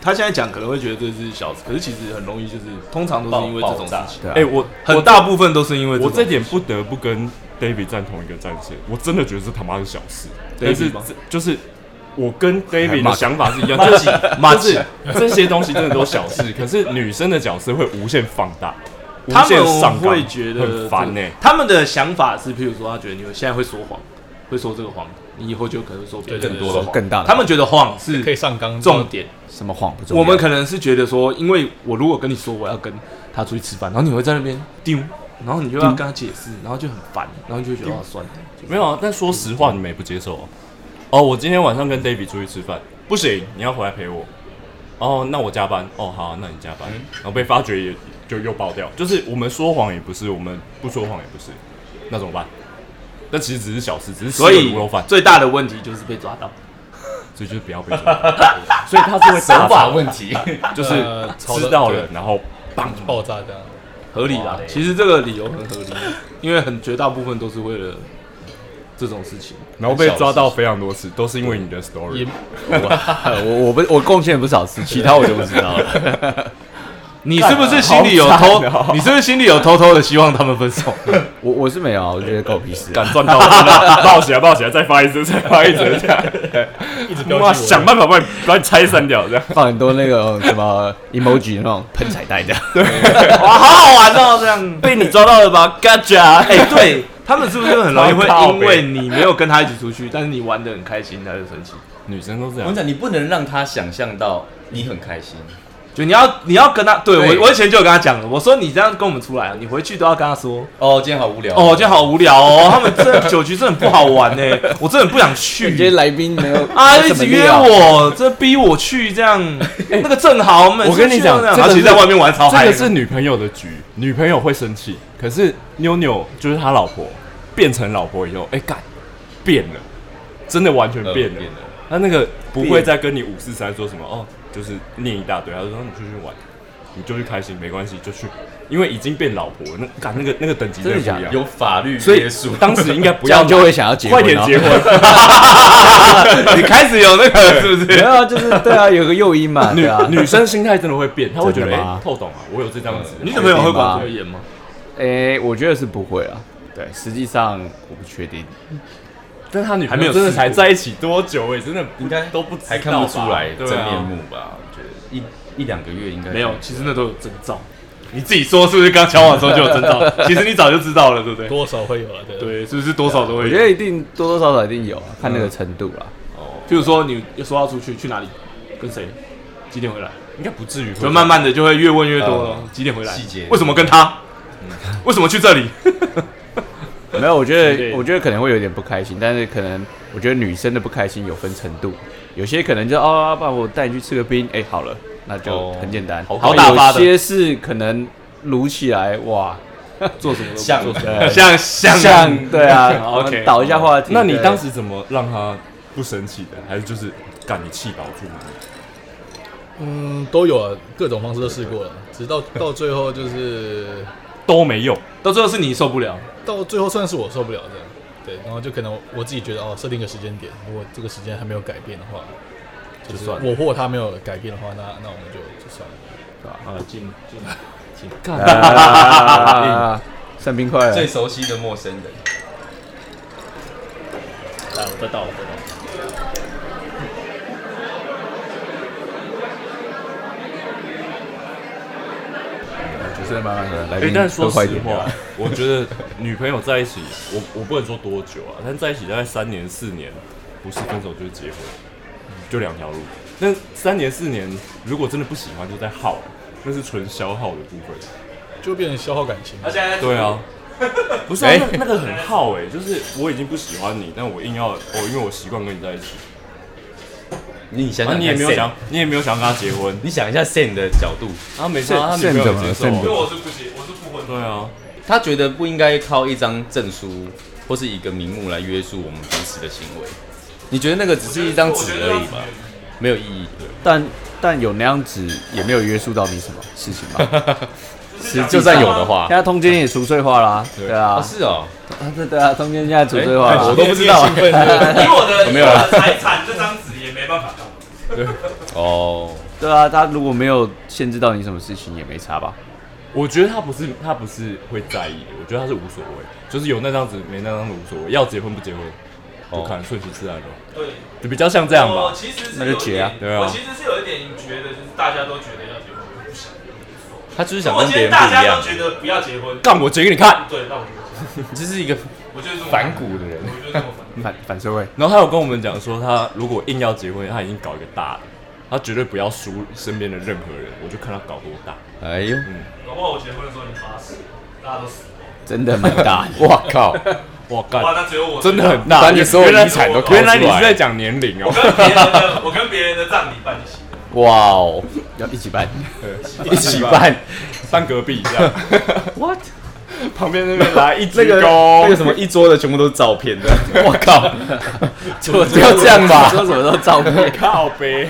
Speaker 2: 他现在讲可能会觉得这是小事，可是其实很容易就是，通常都是因为这种事情，
Speaker 4: 对啊
Speaker 5: 哎，我
Speaker 2: 很大部分都是因为
Speaker 5: 我
Speaker 2: 这
Speaker 5: 这
Speaker 2: 点
Speaker 5: 点不得不跟 David 站同一个战线，我真的觉得这他妈是小事，但
Speaker 2: David
Speaker 5: 是
Speaker 2: 吗
Speaker 5: 这就是我跟 David
Speaker 2: 骂
Speaker 5: 的想法是一样，就是
Speaker 2: 骂
Speaker 5: 就是这些东西真的都小事，可是女生的角色会无限放大，无
Speaker 2: 他
Speaker 5: 限
Speaker 2: 们
Speaker 5: 上纲
Speaker 2: 会觉得
Speaker 5: 很烦欸呢、
Speaker 2: 他们的想法是，譬如说，他觉得你现在会说谎，会说这个谎，你以后就可能会说别人
Speaker 6: 对更多
Speaker 2: 的
Speaker 6: 的
Speaker 2: 谎，
Speaker 6: 谎
Speaker 4: 更大的
Speaker 2: 他们觉得谎是
Speaker 6: 可以上纲
Speaker 2: 重点。
Speaker 4: 什么谎不重要。
Speaker 2: 我们可能是觉得说，因为我如果跟你说我要跟他出去吃饭，然后你会在那边丢，然后你就要跟他解释，然后就很烦，然后你就会觉得哦算了。
Speaker 5: 没有啊，但说实话，你们也不接受哦。哦，我今天晚上跟 David 出去吃饭，不行，你要回来陪我。哦，那我加班。哦，好，那你加班。然后被发觉也就又爆掉，就是我们说谎也不是，我们不说谎也不是，那怎么办？那其实只是小事，只是吃
Speaker 2: 所
Speaker 5: 个
Speaker 2: 以
Speaker 5: 卤肉饭，
Speaker 2: 最大的问题就是被抓到。
Speaker 5: 所以就是不要被抓 到。所以他是会手法问题，就是
Speaker 6: 呃吵
Speaker 5: 知
Speaker 6: 得
Speaker 5: 道
Speaker 6: 对
Speaker 5: 了，然后棒
Speaker 6: 爆炸这样。
Speaker 2: 合理啦，其实这个理由很合理，因为很绝大部分都是为了这种事情。
Speaker 5: 然后被抓到非常多次，都是因为你的 story
Speaker 6: 也。
Speaker 4: 我我不我贡献不少次，其他我就不知道了。
Speaker 2: 你是不是心里有偷？你是不是心里有偷偷的希望他们分手？
Speaker 4: 我我是没有啊，我觉得狗屁事 啊。
Speaker 5: 敢赚到，抱起来，抱起来，再发一只，再发一只，这样， 一直
Speaker 6: 标记我
Speaker 5: 想办法把你把你拆散掉，这样。
Speaker 4: 放很多那个什么 emoji 那种喷彩带的，
Speaker 2: 哇，好好玩哦，这样。
Speaker 5: 被你抓到了吧，Gaja！
Speaker 2: 哎、对他们是不是很容易 会
Speaker 5: 超靠
Speaker 2: 因
Speaker 5: 北
Speaker 2: 为你没有跟他一起出去，但是你玩的很开心，他就生气？
Speaker 5: 女生都这
Speaker 7: 我 跟你，
Speaker 5: 样
Speaker 7: 讲，你不能让他想象到你很开心。
Speaker 2: 就你要你要跟他，对
Speaker 7: 对
Speaker 2: 我我以前就有跟他讲了，我说你这样跟我们出来，你回去都要跟他说，
Speaker 7: 哦，今天好无聊。
Speaker 2: 哦，今天好无聊哦， 他们这酒局真的很不好玩呢， 我真的很不想
Speaker 4: 今天
Speaker 2: 去。
Speaker 4: 来宾 没有
Speaker 2: 啊！一直约。我，这逼我去这 样，那个正好，我们
Speaker 5: 我跟你讲
Speaker 2: 这
Speaker 5: 这
Speaker 2: 样，
Speaker 5: 个
Speaker 2: 他
Speaker 5: 是
Speaker 2: 其实在外面玩超嗨
Speaker 5: 这
Speaker 2: 的。
Speaker 5: 个是女朋友的局，女朋友会生气。可是妞妞就是他老婆，变成老婆以后，哎、干，变了，真的完全
Speaker 7: 呃
Speaker 5: 变了。
Speaker 7: 变了
Speaker 5: 他那个不会再跟你五四三说什么哦，就是念一大堆，他就说你嗯出去玩，你就去开心，没关系，就去，因为已经变老婆，那干那个那个等级真的不一样。
Speaker 7: 有法律
Speaker 5: 所以
Speaker 7: 约束，
Speaker 5: 当时应该不
Speaker 4: 这样
Speaker 5: 要
Speaker 4: 就会想要结婚，啊
Speaker 5: 快点结
Speaker 4: 婚。
Speaker 5: 婚。
Speaker 2: 你开始有那个是不
Speaker 4: 没
Speaker 2: 是？
Speaker 4: 有啊，就是对啊，有个诱因嘛，
Speaker 5: 女
Speaker 4: 对啊。
Speaker 5: 女生心态真的会变，她会觉得
Speaker 4: 真的
Speaker 5: 哎、
Speaker 4: 吗
Speaker 5: 透懂啊，我有这张纸。
Speaker 2: 你女朋友会管
Speaker 4: 确定吗
Speaker 2: 这个严吗？
Speaker 4: 诶，我觉得是不会啊。对，实际上我不确定。
Speaker 5: 但她女
Speaker 2: 还
Speaker 5: 朋
Speaker 2: 没有
Speaker 5: 友真的
Speaker 2: 试过
Speaker 5: 才在一起多久、哎，真的
Speaker 7: 应该
Speaker 5: 都不知道吧
Speaker 7: 还看不出来
Speaker 5: 对啊
Speaker 7: 真面目吧？我觉得一一两个月应该
Speaker 2: 没有，其实那都有征兆。你自己说是不是？刚交往的时候就有征 兆，其实你早就知道了，对不对？
Speaker 6: 多少会有了，啊对。
Speaker 2: 对，是不是多少都
Speaker 4: 我
Speaker 2: 会
Speaker 4: 觉
Speaker 2: 有？
Speaker 4: 得一定多多少少一定有啊，看那个程度啦。
Speaker 2: 譬如说你说要出去，去哪里，跟谁，几点回来，
Speaker 5: 应该不至于会。
Speaker 2: 就慢慢的就会越问越多了。几点回来？
Speaker 7: 细节
Speaker 2: 为什么跟他？为什么去这里？
Speaker 4: 没有，我觉
Speaker 2: 对
Speaker 4: 得我觉得可能会有点不开心，但是可能我觉得女生的不开心有分程度，有些可能就哦，爸，我带你去吃个冰，哎，好了，那就
Speaker 7: 哦
Speaker 4: 很简单，
Speaker 7: 好
Speaker 4: 但
Speaker 2: 打发的
Speaker 4: 有些是可能撸起来，哇，
Speaker 2: 做什么都
Speaker 7: 像
Speaker 4: 对
Speaker 2: 像像，
Speaker 4: 像对啊 我
Speaker 2: OK
Speaker 4: 们导一下话题。
Speaker 5: 那你
Speaker 4: 对
Speaker 5: 当时怎么让她不生气的？还是就是干你气饱住吗？
Speaker 6: 嗯，都有啊，各种方式都试过了，直到到最后就是
Speaker 5: 都没用，
Speaker 2: 到最后是你受不了，
Speaker 6: 到最后算是我受不了这样，对，然后就可能我自己觉得哦，设定个时间点，如果这个时间还没有改变的话，就是我或他没有改变的话，那那我们就就算了。
Speaker 2: 啊，进进进，
Speaker 4: 啊上冰块了
Speaker 7: 最，熟悉的陌生人。
Speaker 2: 来，我再倒，我再倒。
Speaker 4: 就是慢慢的来
Speaker 5: 哎、
Speaker 4: 宾
Speaker 5: 但说
Speaker 4: 都快
Speaker 5: 实
Speaker 4: 点
Speaker 5: 话
Speaker 4: 了，
Speaker 5: 我觉得女朋友在一起，我我不能说多久啊，但在一起大概三年四年，不是分手就是结婚，就两条路。但三年四年，如果真的不喜欢，就在耗，那是纯消耗的部分。
Speaker 6: 就变成消耗感情。
Speaker 2: 他现在
Speaker 5: 对啊， 不是、啊那那个很耗哎、就是我已经不喜欢你，但我硬要哦，因为我习惯跟你在一起，
Speaker 7: 啊你想
Speaker 5: 然后
Speaker 7: 想，
Speaker 5: 你也没有想，，你也没有想跟他结婚，
Speaker 7: 你想一下 Sam 的角度，
Speaker 5: 然后没事、啊，他女朋友也接
Speaker 4: 慎
Speaker 5: 受、
Speaker 4: 重
Speaker 5: 啊。
Speaker 2: 我是不行，我是不婚
Speaker 5: 对啊，
Speaker 7: 他觉得不应该靠一张证书或是一个名目来约束我们彼此的行为。你觉得那个只是一张纸而已嘛？没有意义。
Speaker 4: 但但有那样子也没有约束到你什么事情吧？
Speaker 7: 是就算有的话
Speaker 4: 现，在通奸也除罪化啦，对啊
Speaker 7: 啊，是哦，
Speaker 4: 对对啊，通奸现在除罪化
Speaker 7: 哎我
Speaker 4: 了，
Speaker 7: 都不知道
Speaker 8: 兴奋了，
Speaker 2: 以我的
Speaker 7: 没有了
Speaker 2: 以我的财产这张纸也没办法动。
Speaker 7: 哦，
Speaker 4: 对啊，他如果没有限制到你什么事情也没差吧？
Speaker 5: 我觉得他不是他不是会在意的，我觉得他是无所谓，就是有那张纸没那张纸无所谓，要结婚不结婚，
Speaker 7: 哦
Speaker 5: 就看顺其自然咯，
Speaker 2: 对，
Speaker 5: 就比较像这样
Speaker 2: 我
Speaker 5: 吧。
Speaker 2: 其实是
Speaker 4: 那
Speaker 2: 有
Speaker 4: 就
Speaker 2: 一
Speaker 4: 结啊
Speaker 2: 点
Speaker 5: 对啊
Speaker 2: 我其实是有一点觉得，就是大家都觉得要结婚，我不想。
Speaker 7: 他就是
Speaker 2: 如
Speaker 7: 想
Speaker 2: 果
Speaker 7: 跟
Speaker 2: 今
Speaker 7: 别人
Speaker 2: 天大
Speaker 7: 不一
Speaker 2: 家
Speaker 7: 样
Speaker 2: 都，觉得不要结婚，
Speaker 5: 干我结给你看，
Speaker 2: 对，那我就
Speaker 7: 这是一个
Speaker 2: 我就是这么
Speaker 7: 反，骨的人。
Speaker 2: 我就是这么反。
Speaker 4: 反反社会，
Speaker 5: 然后他有跟我们讲说，他如果硬要结婚，他已经搞一个大的，他绝对不要输身边的任何人，我就看他搞多大。
Speaker 7: 哎呦，
Speaker 2: 搞不好我结婚的时候你八十，大家都死光，
Speaker 4: 真的蛮大 的。
Speaker 7: 哇 靠，
Speaker 5: 哇干，
Speaker 2: 哇，那只有我
Speaker 5: 真的很大，
Speaker 7: 把你所有
Speaker 5: 原来
Speaker 7: 遗产都掏出来
Speaker 5: 原来你是在讲年龄 哦
Speaker 2: 我、跟别人的，我跟别人的葬礼办一起，
Speaker 7: 哇哦，
Speaker 4: 要一 起办，
Speaker 7: 一起办，
Speaker 5: 搬隔壁这 样。
Speaker 4: What？
Speaker 5: 旁边那边来一鞠
Speaker 7: 那个
Speaker 5: 躬，
Speaker 7: 那个什么一桌的全部都是照片的，我靠，
Speaker 4: 就
Speaker 7: 不要这样吧
Speaker 4: 说什么都照片。
Speaker 5: 靠背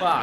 Speaker 5: 啊，